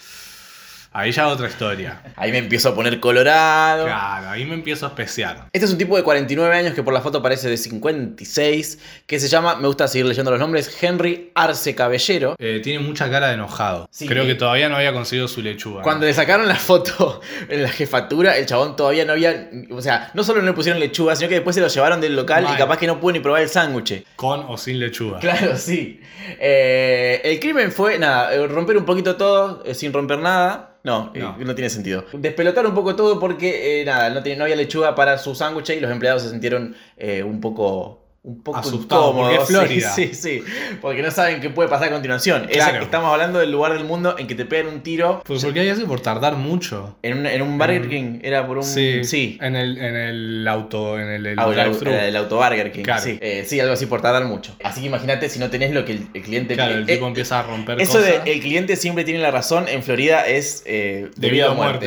[SPEAKER 4] ahí ya otra historia.
[SPEAKER 3] Ahí me empiezo a poner colorado.
[SPEAKER 4] Claro, ahí me empiezo a especiar.
[SPEAKER 3] Este es un tipo de 49 años que por la foto parece de 56, que se llama, me gusta seguir leyendo los nombres, Henry Arce Cabellero.
[SPEAKER 4] Eh, tiene mucha cara de enojado.
[SPEAKER 3] Sí.
[SPEAKER 4] Creo que todavía no había conseguido su lechuga.
[SPEAKER 3] Cuando le sacaron la foto en la jefatura, el chabón todavía no había, o sea, no solo no le pusieron lechuga, sino que después se lo llevaron del local
[SPEAKER 4] Mal.
[SPEAKER 3] y capaz que no pudo ni probar el sándwich.
[SPEAKER 4] Con o sin lechuga.
[SPEAKER 3] Claro, sí. Eh, el crimen fue, nada, eh, romper un poquito todo eh, sin romper nada. No, eh,
[SPEAKER 4] No.
[SPEAKER 3] no, tiene sentido. Despelotar un poco todo porque, eh, nada, no, tenía- no había lechuga para su sándwich y los empleados se sintieron eh, un poco... Un poco
[SPEAKER 4] Asustados,
[SPEAKER 3] incómodos.
[SPEAKER 4] porque es Florida.
[SPEAKER 3] Sí, sí, sí. Porque no saben qué puede pasar a continuación. Es-
[SPEAKER 4] Claro.
[SPEAKER 3] estamos hablando del lugar del mundo en que te pegan un tiro
[SPEAKER 4] Pues porque hay eso por tardar mucho.
[SPEAKER 3] en un, en un Burger King. Era por un... Sí.
[SPEAKER 4] En el, en el auto, en el, el
[SPEAKER 3] Ah, el,
[SPEAKER 4] drive-thru.
[SPEAKER 3] auto- el auto Burger King.
[SPEAKER 4] Claro.
[SPEAKER 3] Sí. Eh, sí, algo así por tardar mucho. Así que imagínate si no tenés lo que el, el cliente
[SPEAKER 4] Claro, el
[SPEAKER 3] pide.
[SPEAKER 4] tipo
[SPEAKER 3] Eh,
[SPEAKER 4] empieza a romper
[SPEAKER 3] Eso
[SPEAKER 4] cosas.
[SPEAKER 3] de eh, el cliente siempre tiene la razón en Florida es eh,
[SPEAKER 4] Debido a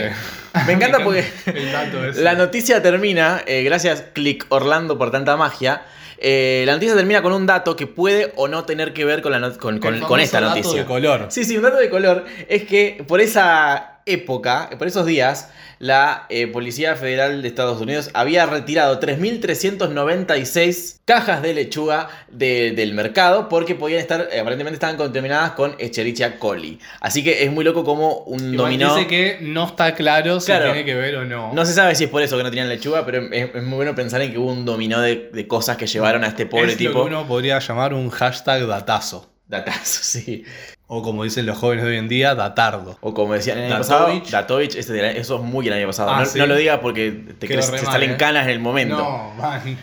[SPEAKER 3] Me encanta porque
[SPEAKER 4] el dato ese.
[SPEAKER 3] la noticia termina, eh, gracias Click Orlando por tanta magia, Eh, la noticia termina con un dato que puede o no tener que ver con, la no- con, con-
[SPEAKER 4] El
[SPEAKER 3] con esta
[SPEAKER 4] famoso dato
[SPEAKER 3] noticia.
[SPEAKER 4] de color.
[SPEAKER 3] Sí, sí, un dato de color es que por esa época, por esos días, la eh, Policía Federal de Estados Unidos había retirado 3.396 cajas de lechuga de- del mercado porque podían estar, eh, aparentemente estaban contaminadas con Echerichia coli. Así que es muy loco como un
[SPEAKER 4] Igual
[SPEAKER 3] dominó...
[SPEAKER 4] Dice que no está claro si
[SPEAKER 3] Claro.
[SPEAKER 4] tiene que ver o no.
[SPEAKER 3] No se sabe si es por eso que no tenían lechuga, pero es, es muy bueno pensar en que hubo un dominó de, de cosas que llevaron a este pobre
[SPEAKER 4] es Lo
[SPEAKER 3] tipo.
[SPEAKER 4] que uno podría llamar un hashtag datazo.
[SPEAKER 3] Datazo, sí.
[SPEAKER 4] O como dicen los jóvenes de hoy en día, datardo.
[SPEAKER 3] O como decían en el año
[SPEAKER 4] Datovich.
[SPEAKER 3] pasado, Datovich, ese del año- eso es muy el año pasado.
[SPEAKER 4] Ah,
[SPEAKER 3] no,
[SPEAKER 4] sí.
[SPEAKER 3] no lo digas porque te,
[SPEAKER 4] Quedó
[SPEAKER 3] crees-
[SPEAKER 4] re
[SPEAKER 3] te
[SPEAKER 4] mal,
[SPEAKER 3] salen
[SPEAKER 4] eh.
[SPEAKER 3] canas en el momento.
[SPEAKER 4] No, man.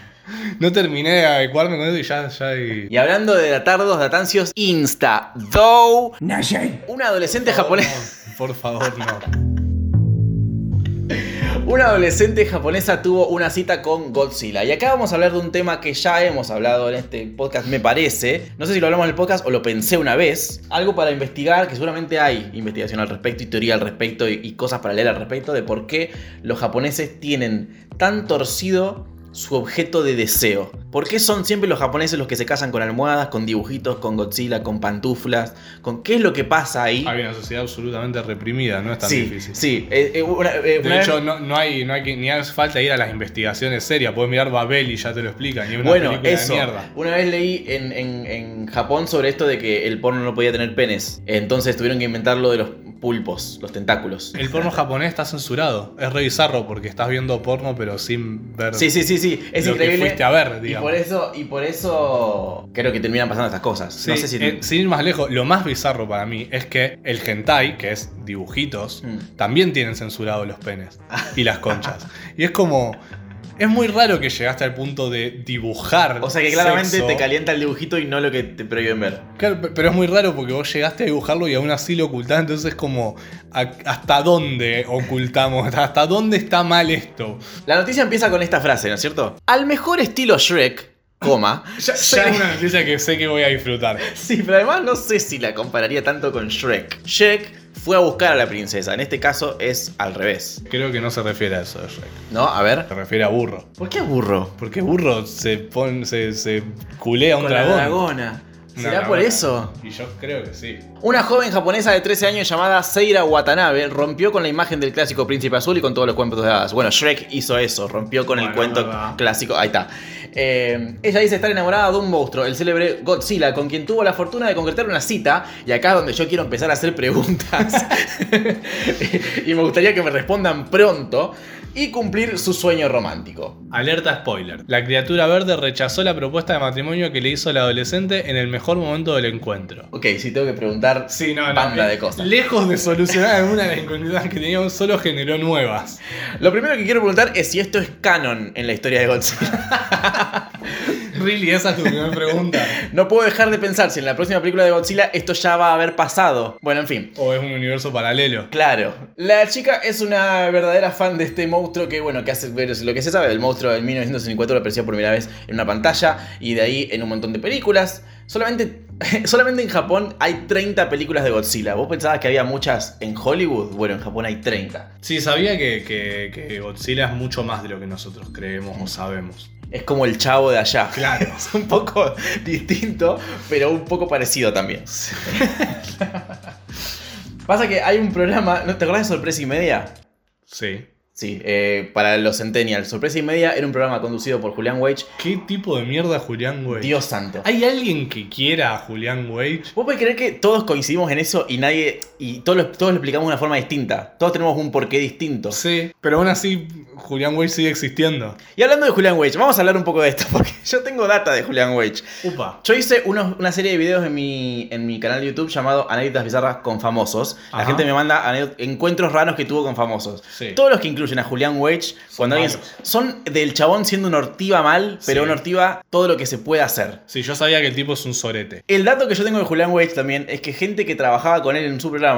[SPEAKER 4] No terminé de adecuarme con eso y ya, ya hay-
[SPEAKER 3] Y hablando de datardos, datancios, Insta, Dou, un adolescente japonés.
[SPEAKER 4] Oh, No, por favor, no.
[SPEAKER 3] Una adolescente japonesa tuvo una cita con Godzilla. Y acá vamos a hablar de un tema que ya hemos hablado en este podcast, me parece. No sé si lo hablamos en el podcast o lo pensé una vez. Algo para investigar, que seguramente hay investigación al respecto y teoría al respecto y, y cosas para leer al respecto de por qué los japoneses tienen tan torcido su objeto de deseo. ¿Por qué son siempre los japoneses los que se casan con almohadas, con dibujitos, con Godzilla, con pantuflas? ¿Con qué es lo que pasa ahí?
[SPEAKER 4] Hay una sociedad absolutamente reprimida, no es tan
[SPEAKER 3] sí,
[SPEAKER 4] difícil.
[SPEAKER 3] sí. Eh, eh, una- eh, una
[SPEAKER 4] De
[SPEAKER 3] vez-
[SPEAKER 4] hecho, no, no hay, no hay que- ni hace falta ir a las investigaciones serias. Podés mirar Babel y ya te lo explican. Y es una
[SPEAKER 3] Bueno,
[SPEAKER 4] película
[SPEAKER 3] eso.
[SPEAKER 4] de mierda.
[SPEAKER 3] Una vez leí en, en- en Japón sobre esto de que el porno no podía tener penes. Entonces tuvieron que inventar lo de los pulpos, los tentáculos.
[SPEAKER 4] El porno japonés está censurado. Es re bizarro porque estás viendo porno pero sin ver
[SPEAKER 3] Sí, sí, sí, sí. Es
[SPEAKER 4] lo que
[SPEAKER 3] increíble.
[SPEAKER 4] fuiste a ver,
[SPEAKER 3] y
[SPEAKER 4] digamos.
[SPEAKER 3] por eso, y por eso creo que terminan pasando estas cosas.
[SPEAKER 4] Sí,
[SPEAKER 3] no sé si.
[SPEAKER 4] eh, sin ir más lejos, lo más bizarro para mí es que el hentai, que es dibujitos,
[SPEAKER 3] Mm. Ah.
[SPEAKER 4] también tienen censurados los penes y las conchas. y es como. Es muy raro que llegaste al punto de dibujar.
[SPEAKER 3] O sea que claramente
[SPEAKER 4] sexo.
[SPEAKER 3] te calienta el dibujito y no lo que te prohíben ver.
[SPEAKER 4] Claro, pe- pero es muy raro porque vos llegaste a dibujarlo y aún así lo ocultás, entonces es como ¿a- hasta dónde ocultamos, hasta dónde está mal esto.
[SPEAKER 3] La noticia empieza con esta frase, ¿no es cierto? Al mejor estilo Shrek, coma.
[SPEAKER 4] Ya,
[SPEAKER 3] se-
[SPEAKER 4] ya es una noticia que sé que voy a disfrutar.
[SPEAKER 3] Sí, pero además no sé si la compararía tanto con Shrek. Shrek fue a buscar a la princesa. En este caso es al revés.
[SPEAKER 4] Creo que no se refiere a eso de Shrek,
[SPEAKER 3] ¿No? A ver.
[SPEAKER 4] se refiere a burro.
[SPEAKER 3] ¿Por qué burro?
[SPEAKER 4] Porque burro se pone, se, se culea a un
[SPEAKER 3] Con la
[SPEAKER 4] dragón.
[SPEAKER 3] dragona.
[SPEAKER 4] Una
[SPEAKER 3] ¿Será por
[SPEAKER 4] dragona.
[SPEAKER 3] eso?
[SPEAKER 4] Y yo creo que sí.
[SPEAKER 3] Una joven japonesa de 13 años llamada Seira Watanabe rompió con la imagen del clásico príncipe azul y con todos los cuentos de hadas. Bueno, Shrek hizo eso, rompió con el
[SPEAKER 4] Bueno,
[SPEAKER 3] cuento
[SPEAKER 4] verdad.
[SPEAKER 3] clásico. Ahí está. Eh, ella dice estar enamorada de un monstruo, el célebre Godzilla, con quien tuvo la fortuna de concretar una cita. Y acá es donde yo quiero empezar a hacer preguntas. y me gustaría que me respondan pronto y cumplir su sueño romántico.
[SPEAKER 4] Alerta spoiler. La criatura verde rechazó la propuesta de matrimonio que le hizo la adolescente en el mejor momento del encuentro.
[SPEAKER 3] Ok, sí, tengo que preguntar
[SPEAKER 4] Sí, no, no.
[SPEAKER 3] banda
[SPEAKER 4] eh,
[SPEAKER 3] de cosas.
[SPEAKER 4] Lejos de solucionar alguna de las incógnitas que teníamos, solo generó nuevas.
[SPEAKER 3] Lo primero que quiero preguntar es si esto es canon en la historia de Godzilla.
[SPEAKER 4] Really, esa es tu primera pregunta.
[SPEAKER 3] No puedo dejar de pensar si en la próxima película de Godzilla esto ya va a haber pasado. Bueno, en fin.
[SPEAKER 4] O es un universo paralelo.
[SPEAKER 3] Claro. La chica es una verdadera fan de este monstruo que, bueno, que hace ver lo que se sabe del monstruo del 1954 apareció por primera vez en una pantalla y de ahí en un montón de películas. Solamente, solamente en Japón hay 30 películas de Godzilla. ¿Vos pensabas que había muchas en Hollywood? Bueno, en Japón hay 30.
[SPEAKER 4] Sí, sabía que, que- que Godzilla es mucho más de lo que nosotros creemos o sabemos.
[SPEAKER 3] Es como el chavo de allá.
[SPEAKER 4] Claro.
[SPEAKER 3] Es un poco distinto, pero un poco parecido también. Pasa que hay un programa, ¿no te acordás de Sorpresa y Media?
[SPEAKER 4] Sí.
[SPEAKER 3] Sí, eh, para los Centennials. Sorpresa y Media era un programa conducido por Julián Weich.
[SPEAKER 4] ¿Qué tipo de mierda es Julián Wage?
[SPEAKER 3] Dios santo.
[SPEAKER 4] ¿Hay alguien que quiera a Julián Wage?
[SPEAKER 3] ¿Vos podés creer que todos coincidimos en eso y nadie. y todos lo, todos lo explicamos de una forma distinta? Todos tenemos un porqué distinto.
[SPEAKER 4] Sí. Pero aún así, Julián Wage sigue existiendo.
[SPEAKER 3] Y hablando de Julián Weich, vamos a hablar un poco de esto, porque yo tengo data de Julián Weich.
[SPEAKER 4] Upa.
[SPEAKER 3] Yo hice unos- una serie de videos en mi, en mi canal de YouTube llamado Anécdotas Bizarras con Famosos. La
[SPEAKER 4] Ajá.
[SPEAKER 3] gente me manda anécdot- encuentros raros que tuvo con famosos.
[SPEAKER 4] Sí.
[SPEAKER 3] Todos los que incluyen a Julián Weich, cuando alguien-
[SPEAKER 4] malos.
[SPEAKER 3] son del chabón siendo un ortiva mal, pero
[SPEAKER 4] Sí.
[SPEAKER 3] un ortiva todo lo que se puede hacer.
[SPEAKER 4] Sí, yo sabía que el tipo es un sorete.
[SPEAKER 3] El dato que yo tengo de Julián Weich también es que gente que trabajaba con él en su programa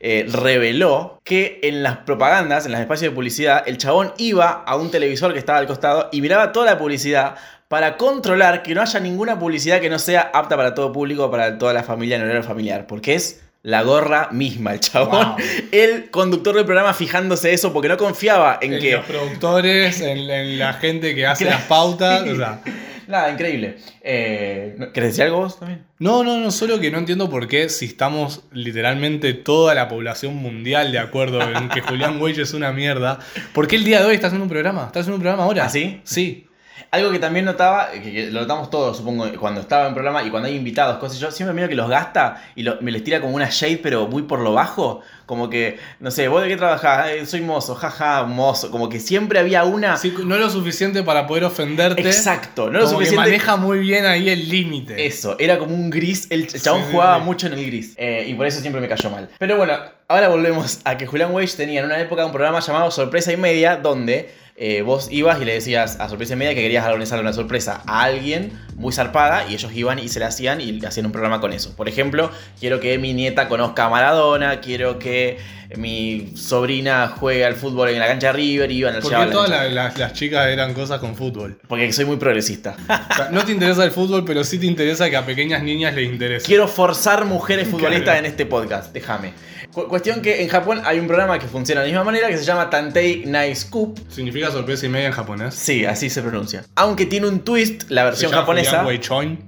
[SPEAKER 3] eh, reveló que en las propagandas, en los espacios de publicidad, el chabón iba a un televisor que estaba al costado y miraba toda la publicidad para controlar que no haya ninguna publicidad que no sea apta para todo público, para toda la familia en horario familiar, porque es la gorra misma el chabón.
[SPEAKER 4] Wow.
[SPEAKER 3] El conductor del programa fijándose eso porque no confiaba en
[SPEAKER 4] En
[SPEAKER 3] que...
[SPEAKER 4] los productores, en, en la gente que hace las pautas. O sea,
[SPEAKER 3] Nada, increíble. Eh, ¿Querés decir algo vos también?
[SPEAKER 4] No, no, no, solo que no entiendo por qué si estamos literalmente toda la población mundial de acuerdo en que Julián Güello es una mierda, ¿por qué el día de hoy está haciendo un programa? ¿Está haciendo un programa ahora?
[SPEAKER 3] ¿Ah, sí?
[SPEAKER 4] Sí.
[SPEAKER 3] Algo que también notaba, eh, que, que lo notamos todos, supongo, cuando estaba en programa y cuando hay invitados, cosas yo, siempre miro que los gasta y lo- me les tira como una shade, pero muy por lo bajo. Como que, no sé, ¿vos de qué trabajás? "Eh, soy mozo, jaja, mozo. Como que siempre había una.
[SPEAKER 4] Sí, No lo suficiente para poder ofenderte.
[SPEAKER 3] Ah. Exacto, no lo
[SPEAKER 4] como que
[SPEAKER 3] suficiente.
[SPEAKER 4] maneja muy bien ahí el límite.
[SPEAKER 3] Eso, era como un gris, el ch-
[SPEAKER 4] Sí,
[SPEAKER 3] chabón
[SPEAKER 4] sí,
[SPEAKER 3] jugaba
[SPEAKER 4] sí.
[SPEAKER 3] mucho en el gris. Eh, y por eso siempre me cayó mal. Pero bueno, ahora volvemos a que Julián Wage tenía en una época un programa llamado Sorpresa y Media, donde eh, vos ibas y le decías a Sorpresa y Media que querías organizar una sorpresa a alguien muy zarpada, y ellos iban y se la hacían y hacían un programa con eso. Por ejemplo, quiero que mi nieta conozca a Maradona, quiero que mi sobrina juegue al fútbol en la cancha de River, y iban al
[SPEAKER 4] Porque todas la- las- las chicas eran cosas con fútbol.
[SPEAKER 3] Porque soy muy progresista.
[SPEAKER 4] O sea, no te interesa el fútbol, pero sí te interesa que a pequeñas niñas les interese.
[SPEAKER 3] Quiero forzar mujeres futbolistas
[SPEAKER 4] Claro.
[SPEAKER 3] en este podcast, déjame. Cu- cuestión que en Japón hay un programa que funciona de la misma manera que se llama Tantei Nice Cup.
[SPEAKER 4] ¿Significa sorpresa y media en japonés?
[SPEAKER 3] Sí, así se pronuncia. Aunque tiene un twist, la versión japonesa.
[SPEAKER 4] Weichon.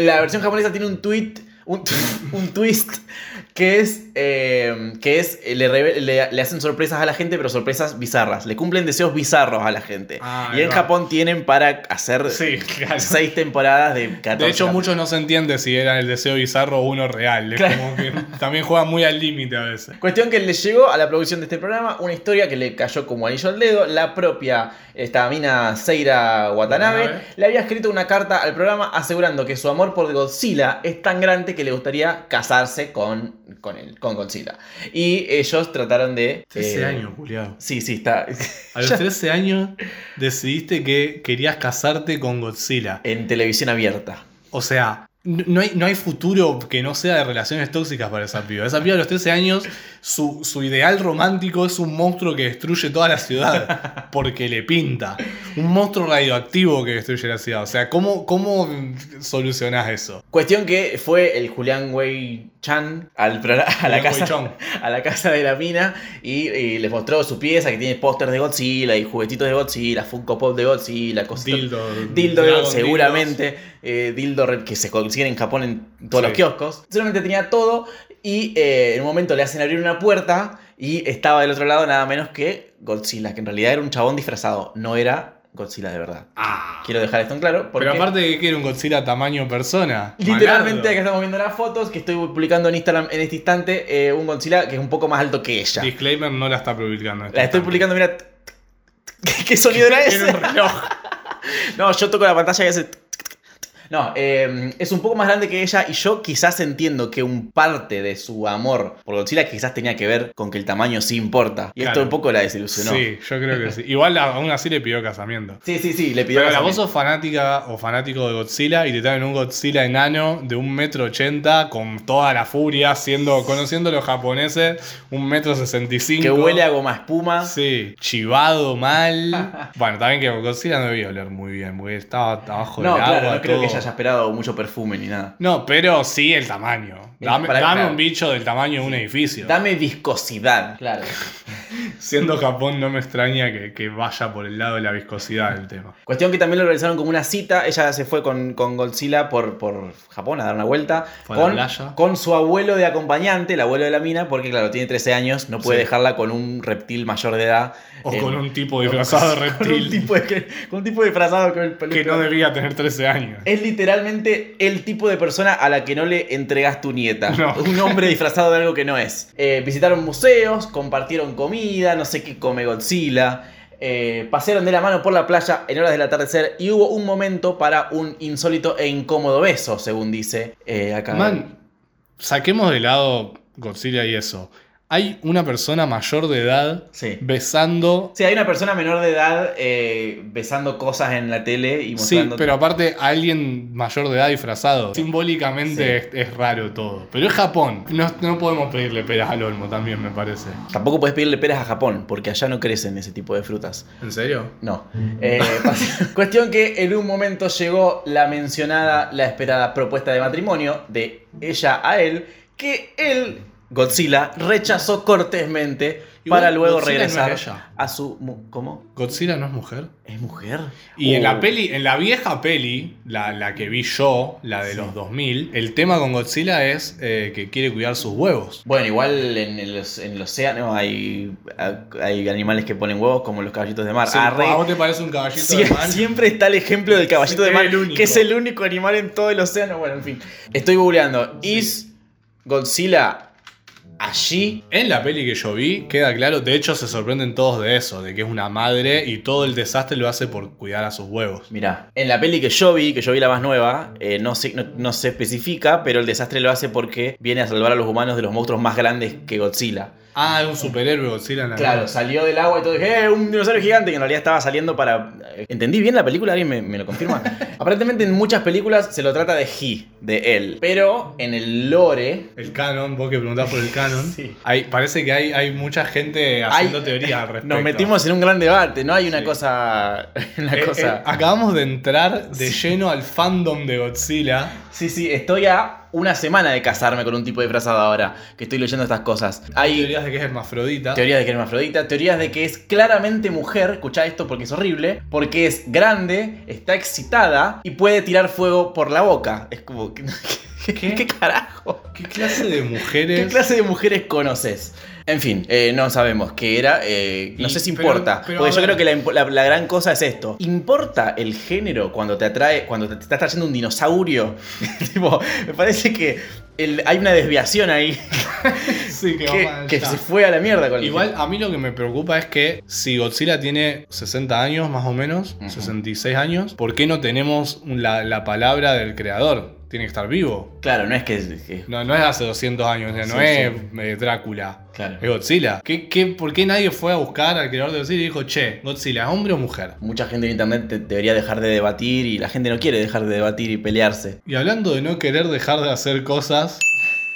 [SPEAKER 3] La versión japonesa tiene un tweet. Un, un twist que es. eh, que es. eh, Le, reve- le- le hacen sorpresas a la gente, pero sorpresas bizarras. Le cumplen deseos bizarros a la gente.
[SPEAKER 4] Ah,
[SPEAKER 3] y
[SPEAKER 4] ahí
[SPEAKER 3] en
[SPEAKER 4] va.
[SPEAKER 3] Japón tienen para hacer
[SPEAKER 4] Sí, claro.
[SPEAKER 3] seis temporadas de 14.
[SPEAKER 4] De hecho,
[SPEAKER 3] capítulos.
[SPEAKER 4] muchos no se entiende si era el deseo bizarro o uno real. Es
[SPEAKER 3] Claro.
[SPEAKER 4] como que también juega muy al límite a veces.
[SPEAKER 3] Cuestión que le llegó a la producción de este programa una historia que le cayó como anillo al dedo. La propia, esta mina Seira Watanabe,
[SPEAKER 4] Watanabe.
[SPEAKER 3] le había escrito una carta al programa asegurando que su amor por Godzilla es tan grande que le gustaría casarse con, con él, con Godzilla. Y ellos trataron de... eh,
[SPEAKER 4] Julián.
[SPEAKER 3] Sí, sí, está.
[SPEAKER 4] A los
[SPEAKER 3] Ya-
[SPEAKER 4] 13 años decidiste que querías casarte con Godzilla.
[SPEAKER 3] en televisión abierta.
[SPEAKER 4] O sea, n- no hay, no hay futuro que no sea de relaciones tóxicas para esa piba. Esa piba a los 13 años, su, su ideal romántico es un monstruo que destruye toda la ciudad. Porque le pinta. Un monstruo radioactivo que destruye la ciudad. O sea, ¿cómo, cómo solucionás eso?
[SPEAKER 3] Cuestión que fue el Julián Wei Chan al pro- a, la
[SPEAKER 4] Julián Wei
[SPEAKER 3] casa,
[SPEAKER 4] Chong.
[SPEAKER 3] a la casa de la mina y, y les mostró su pieza que tiene pósters de Godzilla y juguetitos de Godzilla, Funko Pop de Godzilla, cositas.
[SPEAKER 4] Dildo.
[SPEAKER 3] Dildo,
[SPEAKER 4] Dragon
[SPEAKER 3] seguramente. eh, dildo re- que se consiguen en Japón en todos
[SPEAKER 4] Sí.
[SPEAKER 3] los kioscos. Solamente tenía todo y eh, en un momento le hacen abrir una puerta y estaba del otro lado nada menos que Godzilla, que en realidad era un chabón disfrazado, no era Godzilla de verdad.
[SPEAKER 4] Ah.
[SPEAKER 3] Quiero dejar esto en claro. Porque...
[SPEAKER 4] Pero aparte de que era un Godzilla tamaño persona.
[SPEAKER 3] Literalmente acá
[SPEAKER 4] Malardo.
[SPEAKER 3] estamos viendo las fotos que estoy publicando en Instagram en este instante eh, un Godzilla que es un poco más alto que ella.
[SPEAKER 4] Disclaimer no la está publicando. este
[SPEAKER 3] La estoy publicando, mira. t- t- ¿Qué sonido era
[SPEAKER 4] Tiene
[SPEAKER 3] ese?
[SPEAKER 4] un reloj.
[SPEAKER 3] No, yo toco la pantalla y hace. t- t- t- No, eh, es un poco más grande que ella y yo quizás entiendo que un parte de su amor por Godzilla quizás tenía que ver con que el tamaño sí importa. Y esto
[SPEAKER 4] Claro.
[SPEAKER 3] un poco la desilusionó. Sí,
[SPEAKER 4] Sí, yo creo que sí. Igual a- aún así le pidió casamiento.
[SPEAKER 3] sí, sí, le pidió.
[SPEAKER 4] Pero ahora, vos
[SPEAKER 3] casamiento.
[SPEAKER 4] sos fanática o fanático de Godzilla y te traen un Godzilla enano de un metro ochenta con toda la furia, siendo, conociendo a los japoneses, un metro sesenta y cinco.
[SPEAKER 3] Que huele a goma espuma.
[SPEAKER 4] Sí, chivado mal. bueno, también que Godzilla no debía oler muy bien, porque estaba abajo
[SPEAKER 3] no,
[SPEAKER 4] del agua.
[SPEAKER 3] claro, no creo que
[SPEAKER 4] todo.
[SPEAKER 3] ella haya esperado mucho perfume ni nada.
[SPEAKER 4] No, pero sí el tamaño.
[SPEAKER 3] El-
[SPEAKER 4] Dame,
[SPEAKER 3] Eh, para-
[SPEAKER 4] dame
[SPEAKER 3] claro.
[SPEAKER 4] un bicho del tamaño de un edificio.
[SPEAKER 3] Dame viscosidad. Claro.
[SPEAKER 4] Siendo Japón, no me extraña que, que vaya por el lado de la viscosidad el tema.
[SPEAKER 3] Cuestión que también lo realizaron como una cita. Ella se fue con, con Godzilla por, por Japón a dar una vuelta.
[SPEAKER 4] Fue a la
[SPEAKER 3] Con,
[SPEAKER 4] playa.
[SPEAKER 3] con su abuelo de acompañante, el abuelo de la mina, porque claro, tiene 13 años, no puede
[SPEAKER 4] Sí.
[SPEAKER 3] dejarla con un reptil mayor de edad.
[SPEAKER 4] O
[SPEAKER 3] Eh,
[SPEAKER 4] con un tipo disfrazado de
[SPEAKER 3] con un
[SPEAKER 4] reptil
[SPEAKER 3] tipo de- con un tipo disfrazado con el pelo-
[SPEAKER 4] que no debía tener 13 años.
[SPEAKER 3] Es literalmente el tipo de persona a la que no le entregas tu nieta.
[SPEAKER 4] No.
[SPEAKER 3] Un hombre disfrazado de algo que no es. Eh, visitaron museos, compartieron comida, no sé qué come Godzilla. eh, pasearon de la mano por la playa en horas del atardecer y hubo un momento para un insólito e incómodo beso, según dice eh, acá.
[SPEAKER 4] Man, saquemos de lado Godzilla y eso. Hay una persona mayor de edad
[SPEAKER 3] Sí.
[SPEAKER 4] besando.
[SPEAKER 3] Sí, hay una persona menor de edad eh, besando cosas en la tele y
[SPEAKER 4] Sí,
[SPEAKER 3] mostrando.
[SPEAKER 4] pero aparte a alguien mayor de edad disfrazado. Simbólicamente
[SPEAKER 3] Sí.
[SPEAKER 4] es, es raro todo. Pero es Japón. No, no podemos pedirle peras al olmo también, me parece.
[SPEAKER 3] Tampoco puedes pedirle peras a Japón, porque allá no crecen ese tipo de frutas.
[SPEAKER 4] ¿En serio?
[SPEAKER 3] No. Eh, pas- cuestión que en un momento llegó la mencionada, la esperada propuesta de matrimonio de ella a él, que él Godzilla rechazó cortésmente
[SPEAKER 4] Igual
[SPEAKER 3] para luego
[SPEAKER 4] Godzilla no
[SPEAKER 3] regresar
[SPEAKER 4] era ella.
[SPEAKER 3] a su... mu- ¿Cómo?
[SPEAKER 4] ¿Godzilla no es mujer?
[SPEAKER 3] ¿Es mujer?
[SPEAKER 4] Y en la
[SPEAKER 3] Uh.
[SPEAKER 4] peli, en la vieja peli, la, la que vi yo, la de los 2000, el tema con Godzilla es eh, que quiere cuidar sus huevos.
[SPEAKER 3] Bueno, igual en el, en el océano hay, hay animales que ponen huevos como los caballitos de mar.
[SPEAKER 4] Sí,
[SPEAKER 3] Arre.
[SPEAKER 4] ¿A vos te parece un caballito
[SPEAKER 3] Sie-
[SPEAKER 4] de mar?
[SPEAKER 3] siempre está el ejemplo del caballito de
[SPEAKER 4] Es
[SPEAKER 3] mar,
[SPEAKER 4] el único.
[SPEAKER 3] que es el único animal en todo el océano. Bueno, en fin. Estoy googleando. ¿Is Godzilla allí?
[SPEAKER 4] En la peli que yo vi, queda claro, de hecho se sorprenden todos de eso, de que es una madre y todo el desastre lo hace por cuidar a sus huevos.
[SPEAKER 3] Mirá, en la peli que yo vi, que yo vi la más nueva, eh, no, se, no, no se especifica, pero el desastre lo hace porque viene a salvar a los humanos de los monstruos más grandes que Godzilla.
[SPEAKER 4] Ah, es un superhéroe Godzilla en la
[SPEAKER 3] Claro, salió del agua y todo dije, ¡eh, un dinosaurio gigante! Que en realidad estaba saliendo para. eh, ¿Entendí bien la película? ¿Alguien me, me lo confirma? Aparentemente en muchas películas se lo trata de he, de él. Pero en el lore.
[SPEAKER 4] El canon, vos que preguntás por el canon.
[SPEAKER 3] Sí.
[SPEAKER 4] Hay- parece que hay, hay mucha gente haciendo
[SPEAKER 3] Hay-
[SPEAKER 4] teoría al respecto.
[SPEAKER 3] Nos metimos en un gran debate, ¿no? Hay una
[SPEAKER 4] Sí.
[SPEAKER 3] cosa. Una
[SPEAKER 4] Eh, eh,
[SPEAKER 3] cosa.
[SPEAKER 4] acabamos de entrar de
[SPEAKER 3] Sí.
[SPEAKER 4] lleno al fandom de Godzilla.
[SPEAKER 3] Sí, sí, estoy a una semana de casarme con un tipo disfrazado ahora, que estoy leyendo estas cosas.
[SPEAKER 4] Hay
[SPEAKER 3] Hay
[SPEAKER 4] teorías de que es hermafrodita.
[SPEAKER 3] teorías de que es hermafrodita, teorías de que es claramente mujer, escuchá esto porque es horrible, porque es grande, está excitada y puede tirar fuego por la boca. Es como, ¿qué, qué- qué carajo?
[SPEAKER 4] ¿Qué clase de mujeres?
[SPEAKER 3] ¿Qué clase de mujeres conoces? En fin, eh, no sabemos qué era, eh, no
[SPEAKER 4] Y-
[SPEAKER 3] sé si
[SPEAKER 4] pero-
[SPEAKER 3] importa,
[SPEAKER 4] pero
[SPEAKER 3] porque
[SPEAKER 4] a
[SPEAKER 3] yo
[SPEAKER 4] ver.
[SPEAKER 3] creo que la, impo- la- la gran cosa es esto. ¿Importa el género cuando te atrae, cuando te, te está trayendo un dinosaurio? tipo, me parece que el- hay una desviación ahí
[SPEAKER 4] Sí, que va
[SPEAKER 3] que,
[SPEAKER 4] más allá.
[SPEAKER 3] que se fue a la mierda con el
[SPEAKER 4] Igual a mí lo que me preocupa es que si Godzilla tiene 60 años más o menos,
[SPEAKER 3] Ujú.
[SPEAKER 4] 66 años, ¿por qué no tenemos un- la, la palabra del creador? Tiene que estar vivo.
[SPEAKER 3] Claro, no es que. que-
[SPEAKER 4] No, no es hace 200 años, o sea, no
[SPEAKER 3] Sí,
[SPEAKER 4] es eh, Drácula,
[SPEAKER 3] claro.
[SPEAKER 4] es Godzilla. ¿Qué, qué, por qué nadie fue a buscar al creador de Godzilla y dijo, che, Godzilla, ¿es hombre o mujer?
[SPEAKER 3] Mucha gente en internet te- debería dejar de debatir y la gente no quiere dejar de debatir y pelearse.
[SPEAKER 4] Y hablando de no querer dejar de hacer cosas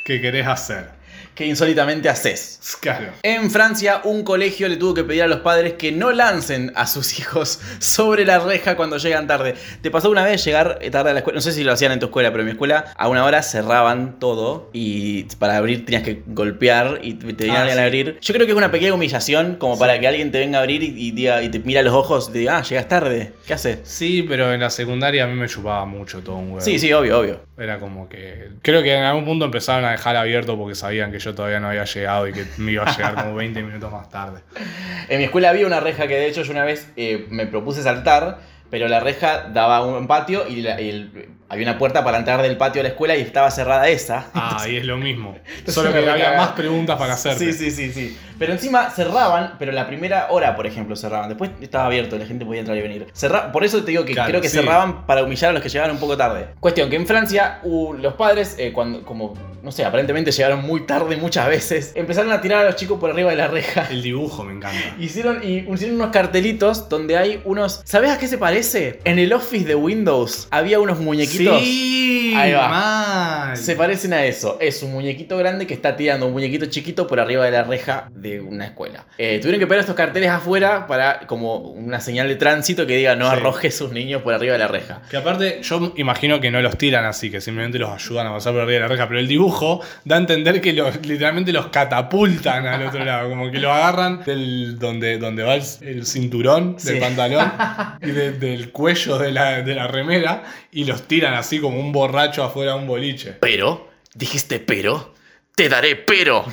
[SPEAKER 4] que querés hacer.
[SPEAKER 3] Que insólitamente haces.
[SPEAKER 4] Claro.
[SPEAKER 3] En Francia, un colegio le tuvo que pedir a los padres que no lancen a sus hijos sobre la reja cuando llegan tarde. ¿Te pasó una vez llegar eh, tarde a la escuela? No sé si lo hacían en tu escuela, pero en mi escuela a una hora cerraban todo y para abrir tenías que golpear y te venían a
[SPEAKER 4] Ah,
[SPEAKER 3] alguien a
[SPEAKER 4] sí.
[SPEAKER 3] abrir. Yo creo que es una pequeña humillación como para que alguien te venga a abrir y, y diga, y te mira a los ojos y te diga, ah, llegas tarde. ¿Qué haces?
[SPEAKER 4] Sí, pero en la secundaria a mí me chupaba mucho todo un huevo.
[SPEAKER 3] Sí, sí, obvio, obvio.
[SPEAKER 4] Era como que. Creo que en algún punto empezaron a dejar abierto porque sabían que yo todavía no había llegado y que me iba a llegar como 20 minutos más tarde.
[SPEAKER 3] En mi escuela había una reja que de hecho yo una vez eh, me propuse saltar, pero la reja daba a un patio y, la- y el- había una puerta para entrar del patio a la escuela y estaba cerrada esa.
[SPEAKER 4] Ah, y es lo mismo. Solo que
[SPEAKER 3] me
[SPEAKER 4] había
[SPEAKER 3] cagaba.
[SPEAKER 4] más preguntas para hacer.
[SPEAKER 3] Sí, sí, sí, sí. Pero encima cerraban, pero la primera hora, por ejemplo, cerraban. Después estaba abierto, la gente podía entrar y venir. Cerra- por eso te digo que
[SPEAKER 4] Claro,
[SPEAKER 3] creo que
[SPEAKER 4] sí.
[SPEAKER 3] cerraban para humillar a los que llegaban un poco tarde. Cuestión que en Francia u- los padres, eh, cuando, como, no sé, aparentemente llegaron muy tarde muchas veces, empezaron a tirar a los chicos por arriba de la reja.
[SPEAKER 4] El dibujo me encanta.
[SPEAKER 3] Hicieron, y hicieron unos cartelitos donde hay unos. ¿Sabes a qué se parece? En el office de Windows había unos muñequitos.
[SPEAKER 4] Sí,
[SPEAKER 3] Ahí va.
[SPEAKER 4] mal.
[SPEAKER 3] Se parecen a eso. Es un muñequito grande que está tirando un muñequito chiquito por arriba de la reja de una escuela. Eh, tuvieron que poner estos carteles afuera para como una señal de tránsito que diga no
[SPEAKER 4] Sí.
[SPEAKER 3] arroje sus niños por arriba de la reja.
[SPEAKER 4] Que aparte, yo imagino que no los tiran así, que simplemente los ayudan a pasar por arriba de la reja, pero el dibujo da a entender que los, literalmente los catapultan al otro lado, como que los agarran del, donde, donde va el, el cinturón del
[SPEAKER 3] Sí.
[SPEAKER 4] pantalón y de- del cuello de la, de la remera y los tiran así como un borracho afuera de un boliche.
[SPEAKER 3] Pero, dijiste pero, te daré pero.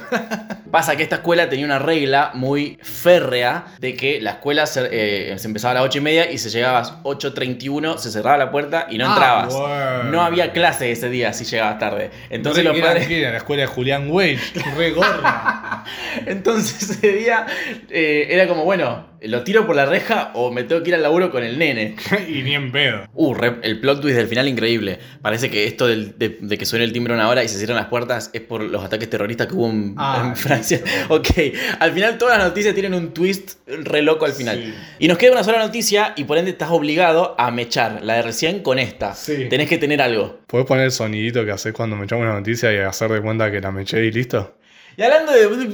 [SPEAKER 3] Pasa que esta escuela tenía una regla muy férrea de que la escuela se, eh, se empezaba a las 8 y media y se llegabas 8.31, se cerraba la puerta y no
[SPEAKER 4] Ah,
[SPEAKER 3] entrabas.
[SPEAKER 4] bueno.
[SPEAKER 3] No había clase ese día si llegabas tarde. Entonces
[SPEAKER 4] Re-
[SPEAKER 3] los
[SPEAKER 4] era-
[SPEAKER 3] padres...
[SPEAKER 4] que era la escuela de Julián Welch, re gorda.
[SPEAKER 3] Entonces ese día eh, era como, bueno, lo tiro por la reja o me tengo que ir al laburo con el nene.
[SPEAKER 4] y ni en pedo.
[SPEAKER 3] Uh, re- el plot twist del final increíble. Parece que esto del- de, de que suene el timbre una hora y se cierran las puertas es por los ataques terroristas que hubo en,
[SPEAKER 4] Ah,
[SPEAKER 3] en Francia. Ok, al final todas las noticias tienen un twist re loco al final.
[SPEAKER 4] Sí.
[SPEAKER 3] Y nos queda una sola noticia y por ende estás obligado a mechar la de recién con esta.
[SPEAKER 4] Sí.
[SPEAKER 3] Tenés que tener algo.
[SPEAKER 4] ¿Puedes poner el sonidito que haces cuando me echamos una noticia y hacer de cuenta que la me eché y listo?
[SPEAKER 3] Y hablando de...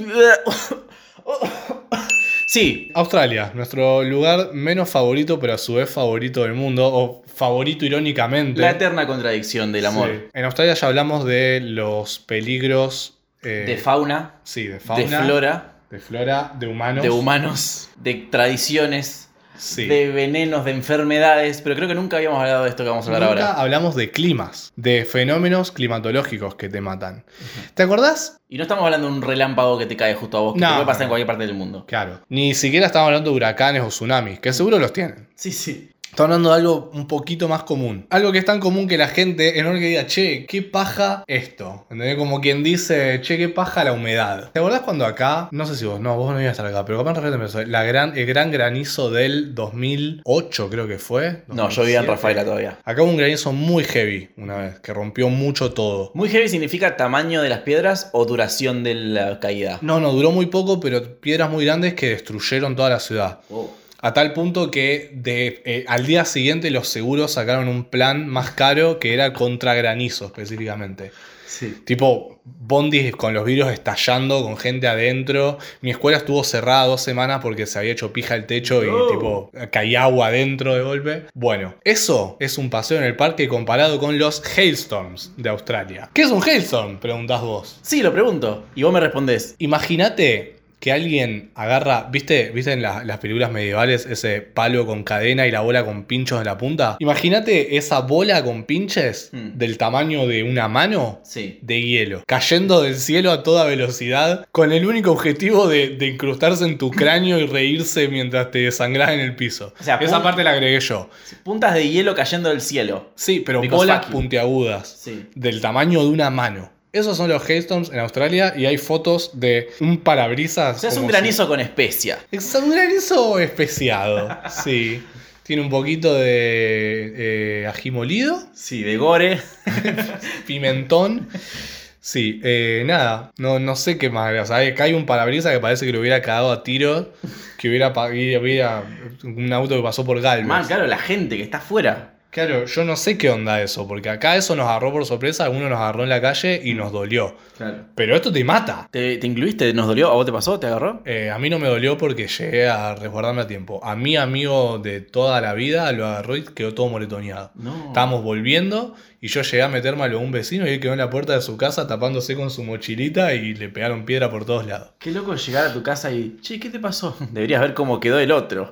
[SPEAKER 3] Sí,
[SPEAKER 4] Australia, nuestro lugar menos favorito, pero a su vez favorito del mundo, o favorito irónicamente.
[SPEAKER 3] la eterna contradicción del amor.
[SPEAKER 4] Sí. En Australia ya hablamos de los peligros eh,
[SPEAKER 3] de fauna,
[SPEAKER 4] sí, de fauna,
[SPEAKER 3] de flora,
[SPEAKER 4] de flora, de humanos.
[SPEAKER 3] de humanos, de tradiciones,
[SPEAKER 4] sí.
[SPEAKER 3] de venenos, de enfermedades, pero creo que nunca habíamos hablado de esto que vamos a hablar
[SPEAKER 4] Nunca
[SPEAKER 3] ahora.
[SPEAKER 4] hablamos de climas, de fenómenos climatológicos que te matan. ¿Te acordás?
[SPEAKER 3] Y no estamos hablando de un relámpago que te cae justo a vos, que
[SPEAKER 4] No.
[SPEAKER 3] te puede pasar en cualquier parte del mundo.
[SPEAKER 4] Claro. Ni siquiera estamos hablando de huracanes o tsunamis, que seguro los tienen.
[SPEAKER 3] Sí, sí.
[SPEAKER 4] Estamos hablando de algo un poquito más común. Algo que es tan común que la gente en que diga, che, qué paja esto. ¿Entendés? Como quien dice, che, qué paja la humedad. ¿Te acordás cuando acá, no sé si vos, no, vos no ibas a estar acá, pero capaz en Rafael te empezó, la gran, el gran granizo del 2008 creo que fue?
[SPEAKER 3] No, yo vivía en
[SPEAKER 4] 2007.
[SPEAKER 3] Rafaela todavía.
[SPEAKER 4] Acá hubo un granizo muy heavy una vez, que rompió mucho todo.
[SPEAKER 3] ¿Muy heavy significa tamaño de las piedras o duración de la caída?
[SPEAKER 4] No, no, duró muy poco, pero piedras muy grandes que destruyeron toda la ciudad.
[SPEAKER 3] Oh.
[SPEAKER 4] A tal punto que de, eh, al día siguiente los seguros sacaron un plan más caro que era contra granizo específicamente.
[SPEAKER 3] Sí.
[SPEAKER 4] Tipo, bondis con los vidrios estallando, con gente adentro. Mi escuela estuvo cerrada dos semanas porque se había hecho pija el techo y
[SPEAKER 3] Oh.
[SPEAKER 4] tipo, caía agua adentro de golpe. Bueno, eso es un paseo en el parque comparado con los hailstorms de Australia. ¿Qué es un hailstorm? Preguntás vos.
[SPEAKER 3] Sí, lo pregunto. Y vos me respondés.
[SPEAKER 4] Imagínate que alguien agarra, ¿viste? ¿Viste en la- las películas medievales ese palo con cadena y la bola con pinchos en la punta? Imagínate esa bola con pinches
[SPEAKER 3] Hmm.
[SPEAKER 4] del tamaño de una mano
[SPEAKER 3] Sí.
[SPEAKER 4] de hielo, cayendo del cielo a toda velocidad, con el único objetivo de, de incrustarse en tu cráneo y reírse mientras te desangrás en el piso.
[SPEAKER 3] O sea,
[SPEAKER 4] esa
[SPEAKER 3] pum.
[SPEAKER 4] parte la agregué yo.
[SPEAKER 3] Puntas de hielo cayendo del cielo.
[SPEAKER 4] Sí, pero
[SPEAKER 3] Because
[SPEAKER 4] bolas
[SPEAKER 3] fuck you.
[SPEAKER 4] puntiagudas
[SPEAKER 3] Sí.
[SPEAKER 4] del tamaño de una mano. Esos son los hailstorms en Australia y hay fotos de un parabrisas.
[SPEAKER 3] O sea, es
[SPEAKER 4] como
[SPEAKER 3] un
[SPEAKER 4] si-
[SPEAKER 3] granizo con especia.
[SPEAKER 4] Es un granizo especiado, sí. Tiene un poquito de eh, ají molido,
[SPEAKER 3] Sí, de gore.
[SPEAKER 4] pimentón. Sí, eh, nada, no, no sé qué más. O sea, acá hay un parabrisas que parece que lo hubiera cagado a tiro, que hubiera, pa- hubiera un auto que pasó por Galvez.
[SPEAKER 3] Man, claro, la gente que está afuera.
[SPEAKER 4] Claro, yo no sé qué onda eso, porque acá eso nos agarró por sorpresa, alguno nos agarró en la calle y nos dolió.
[SPEAKER 3] Claro.
[SPEAKER 4] Pero esto te mata.
[SPEAKER 3] ¿Te, te incluiste? ¿Nos dolió? ¿A vos te pasó? ¿Te agarró?
[SPEAKER 4] Eh, a mí no me dolió porque llegué a resguardarme a tiempo. A mi amigo de toda la vida lo agarró y quedó todo moretoneado.
[SPEAKER 3] No.
[SPEAKER 4] Estábamos volviendo y yo llegué a meterme a lo de un vecino y él quedó en la puerta de su casa tapándose con su mochilita y le pegaron piedra por todos lados.
[SPEAKER 3] Qué loco llegar a tu casa y. Che, ¿qué te pasó? Deberías ver cómo quedó el otro.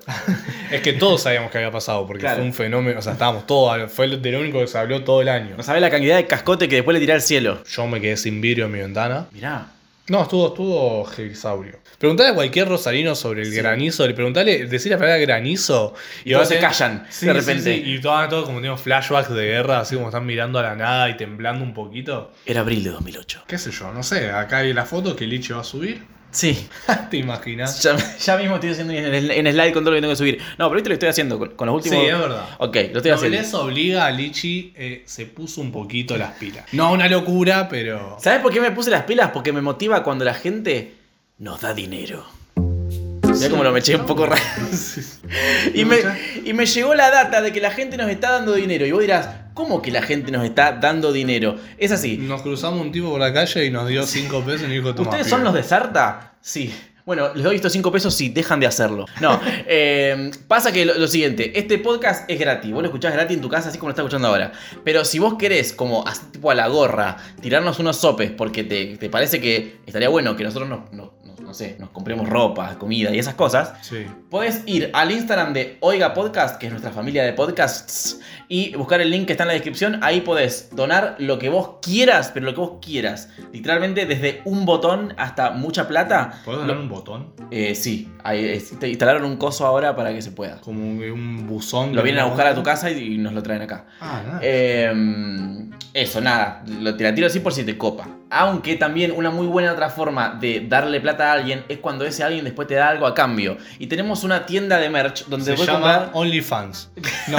[SPEAKER 4] Es que todos sabíamos que había pasado porque
[SPEAKER 3] Claro.
[SPEAKER 4] fue un fenómeno, o sea, estábamos todos, fue de lo único que se habló todo el año.
[SPEAKER 3] No sabés la cantidad de cascote que después le tiré al cielo.
[SPEAKER 4] Yo me quedé sin vidrio en mi ventana.
[SPEAKER 3] Mirá.
[SPEAKER 4] No, estuvo, estuvo Gevisaurio. Preguntale a cualquier rosarino sobre el
[SPEAKER 3] Sí.
[SPEAKER 4] granizo, le preguntale, decir la palabra granizo
[SPEAKER 3] Y todos
[SPEAKER 4] vas a
[SPEAKER 3] se
[SPEAKER 4] tener-
[SPEAKER 3] callan
[SPEAKER 4] Sí,
[SPEAKER 3] de
[SPEAKER 4] sí,
[SPEAKER 3] repente.
[SPEAKER 4] sí, Y todos todo como tenemos flashbacks de guerra, así como están mirando a la nada y temblando un poquito.
[SPEAKER 3] Era abril de 2008.
[SPEAKER 4] Qué sé yo, no sé, acá hay la foto que Lichi va a subir.
[SPEAKER 3] Sí.
[SPEAKER 4] ¿Te imaginas?
[SPEAKER 3] Ya, ya mismo estoy haciendo en, en slide con todo lo que tengo que subir. No, pero ahorita lo estoy haciendo con, con los
[SPEAKER 4] Sí,
[SPEAKER 3] últimos.
[SPEAKER 4] es verdad.
[SPEAKER 3] Ok, lo estoy haciendo.
[SPEAKER 4] Nobleza obliga a Lichi, eh, se puso un poquito las pilas. No una locura, pero...
[SPEAKER 3] ¿Sabes por qué me puse las pilas? Porque me motiva cuando la gente nos da dinero. Ya como lo me eché un poco raro. Y me, y me llegó la data de que la gente nos está dando dinero. Y vos dirás, ¿cómo que la gente nos está dando dinero? Es así.
[SPEAKER 4] Nos cruzamos un tipo por la calle y nos dio cinco pesos y nos dijo, "Tomá,
[SPEAKER 3] ¿Ustedes son
[SPEAKER 4] pibe".
[SPEAKER 3] los de Sarta? Sí. Bueno, les doy estos 5 pesos si dejan de hacerlo. No, eh, pasa que lo, lo siguiente, este podcast es gratis, vos lo escuchás gratis en tu casa así como lo estás escuchando ahora. Pero si vos querés, como así tipo a la gorra, tirarnos unos sopes porque te, te parece que estaría bueno que nosotros nos, nos- nos- no sé, nos compremos ropa, comida y esas cosas,
[SPEAKER 4] Sí.
[SPEAKER 3] Podés ir al Instagram de Oiga Podcast, que es nuestra familia de podcasts, y buscar el link que está en la descripción. Ahí podés donar lo que vos quieras, pero lo que vos quieras. Literalmente desde un botón hasta mucha plata.
[SPEAKER 4] ¿Puedo
[SPEAKER 3] Lo-
[SPEAKER 4] dar un botón?
[SPEAKER 3] Eh, sí, ahí, eh, te instalaron un coso ahora para que se pueda.
[SPEAKER 4] Como un buzón.
[SPEAKER 3] Lo vienen a buscar a tu
[SPEAKER 4] casa.
[SPEAKER 3] casa y, y nos lo traen acá.
[SPEAKER 4] Ah, nada.
[SPEAKER 3] Eh, eso, nada. Lo, te la tiro así por si te copa. Aunque también una muy buena otra forma de darle plata a alguien es cuando ese alguien después te da algo a cambio. Y tenemos una tienda de merch donde
[SPEAKER 4] Se
[SPEAKER 3] puedes comprar-
[SPEAKER 4] llama OnlyFans. No,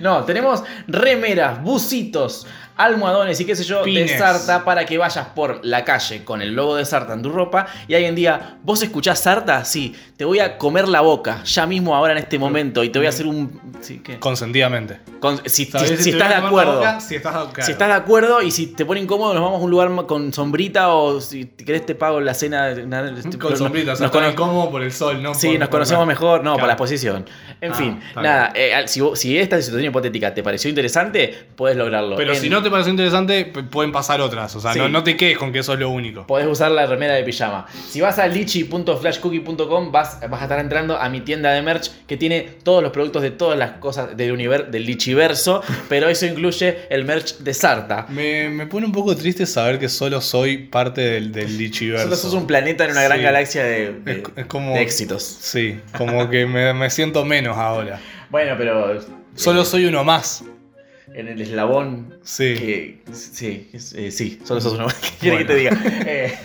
[SPEAKER 3] No, tenemos remeras, bucitos, almohadones y qué sé yo de
[SPEAKER 4] Pines.
[SPEAKER 3] Sarta para que vayas por la calle con el logo de Sarta en tu ropa y alguien diga, ¿vos escuchás Sarta? Sí, te voy a comer la boca ya mismo ahora en este momento y te voy a hacer un... sí, ¿qué?
[SPEAKER 4] consentidamente.
[SPEAKER 3] Con- si, si-
[SPEAKER 4] ¿Sabés
[SPEAKER 3] si
[SPEAKER 4] te
[SPEAKER 3] estás
[SPEAKER 4] voy
[SPEAKER 3] de
[SPEAKER 4] a comer la
[SPEAKER 3] acuerdo.
[SPEAKER 4] boca? Si estás de acuerdo.
[SPEAKER 3] Si estás de acuerdo y si te pone incómodo, nos vamos a un lugar ma- con sombrita o si querés te pago la cena. na- este,
[SPEAKER 4] Con
[SPEAKER 3] nos-
[SPEAKER 4] sombrita, o sea,
[SPEAKER 3] nos
[SPEAKER 4] estás
[SPEAKER 3] cono-
[SPEAKER 4] incómodo por el sol, ¿no?
[SPEAKER 3] Sí,
[SPEAKER 4] por-
[SPEAKER 3] nos
[SPEAKER 4] por
[SPEAKER 3] conocemos
[SPEAKER 4] nada.
[SPEAKER 3] mejor, no,
[SPEAKER 4] Claro.
[SPEAKER 3] por la exposición. En
[SPEAKER 4] Ah,
[SPEAKER 3] fin,
[SPEAKER 4] está
[SPEAKER 3] nada, eh, al- si, vos- si esta situación hipotética te pareció interesante, puedes lograrlo.
[SPEAKER 4] Pero
[SPEAKER 3] En-
[SPEAKER 4] si no te te pareció interesante, p- pueden pasar otras. O sea,
[SPEAKER 3] Sí.
[SPEAKER 4] no, no te quedes con que eso es lo único.
[SPEAKER 3] Podés usar la remera de pijama. Si vas a lichi.flashcookie.com vas, vas a estar entrando a mi tienda de merch que tiene todos los productos de todas las cosas del universo del lichiverso, pero eso incluye el merch de Sarta.
[SPEAKER 4] Me, me pone un poco triste saber que solo soy parte del, del lichiverso.
[SPEAKER 3] Solo sos un planeta en una gran
[SPEAKER 4] Sí.
[SPEAKER 3] galaxia de, de-
[SPEAKER 4] Es, es como.
[SPEAKER 3] de éxitos.
[SPEAKER 4] Sí, como que me, me siento menos ahora.
[SPEAKER 3] Bueno, pero
[SPEAKER 4] Solo soy uno más.
[SPEAKER 3] en el eslabón
[SPEAKER 4] Sí.
[SPEAKER 3] que sí, es- eh, sí, solo sos uno más. ¿Qué quiere que te diga?
[SPEAKER 4] Bueno.
[SPEAKER 3] Eh,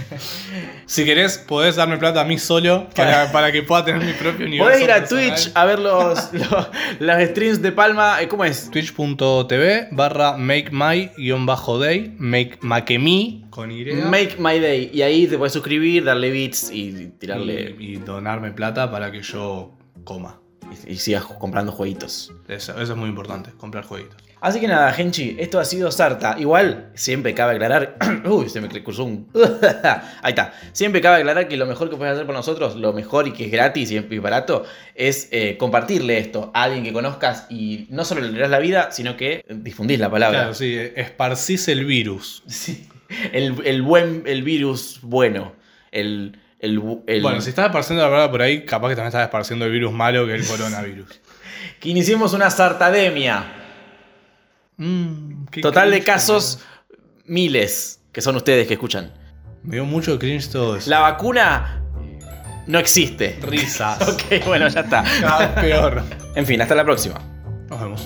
[SPEAKER 4] Si querés, podés darme plata a mí solo para, para que pueda tener mi propio universo.
[SPEAKER 3] podés ir a
[SPEAKER 4] personal.
[SPEAKER 3] Twitch a ver los, los- las streams de Palma. Eh, ¿Cómo es?
[SPEAKER 4] Twitch.tv barra make my guión bajo day, make makemi con Y.
[SPEAKER 3] Make My Day. Y ahí te puedes suscribir, darle bits y tirarle.
[SPEAKER 4] y, y donarme plata para que yo coma.
[SPEAKER 3] Y, y sigas comprando jueguitos.
[SPEAKER 4] Eso, eso es muy importante, comprar jueguitos.
[SPEAKER 3] Así que nada, Genchi, esto ha sido Sarta. Igual, siempre cabe aclarar. Uy, se me cruzó un. Ahí está. Siempre cabe aclarar que lo mejor que puedes hacer por nosotros, lo mejor y que es gratis y es barato, es eh, compartirle esto a alguien que conozcas y no solo le leerás la vida, sino que difundís la palabra.
[SPEAKER 4] Claro, sí, eh, esparcís el virus.
[SPEAKER 3] Sí. El, el buen, el virus bueno. El. el bu- el-
[SPEAKER 4] Bueno, si estás esparciendo la palabra por ahí, capaz que también estás esparciendo el virus malo que es el coronavirus.
[SPEAKER 3] Que iniciemos una sartademia.
[SPEAKER 4] Mm, qué
[SPEAKER 3] Total de
[SPEAKER 4] cringe,
[SPEAKER 3] casos, miles, que son ustedes que escuchan.
[SPEAKER 4] boludo. Me dio mucho cringe todo eso.
[SPEAKER 3] La vacuna no existe.
[SPEAKER 4] risas.
[SPEAKER 3] Ok, bueno, ya está.
[SPEAKER 4] Cada vez peor.
[SPEAKER 3] En fin, hasta la próxima.
[SPEAKER 4] Nos vemos.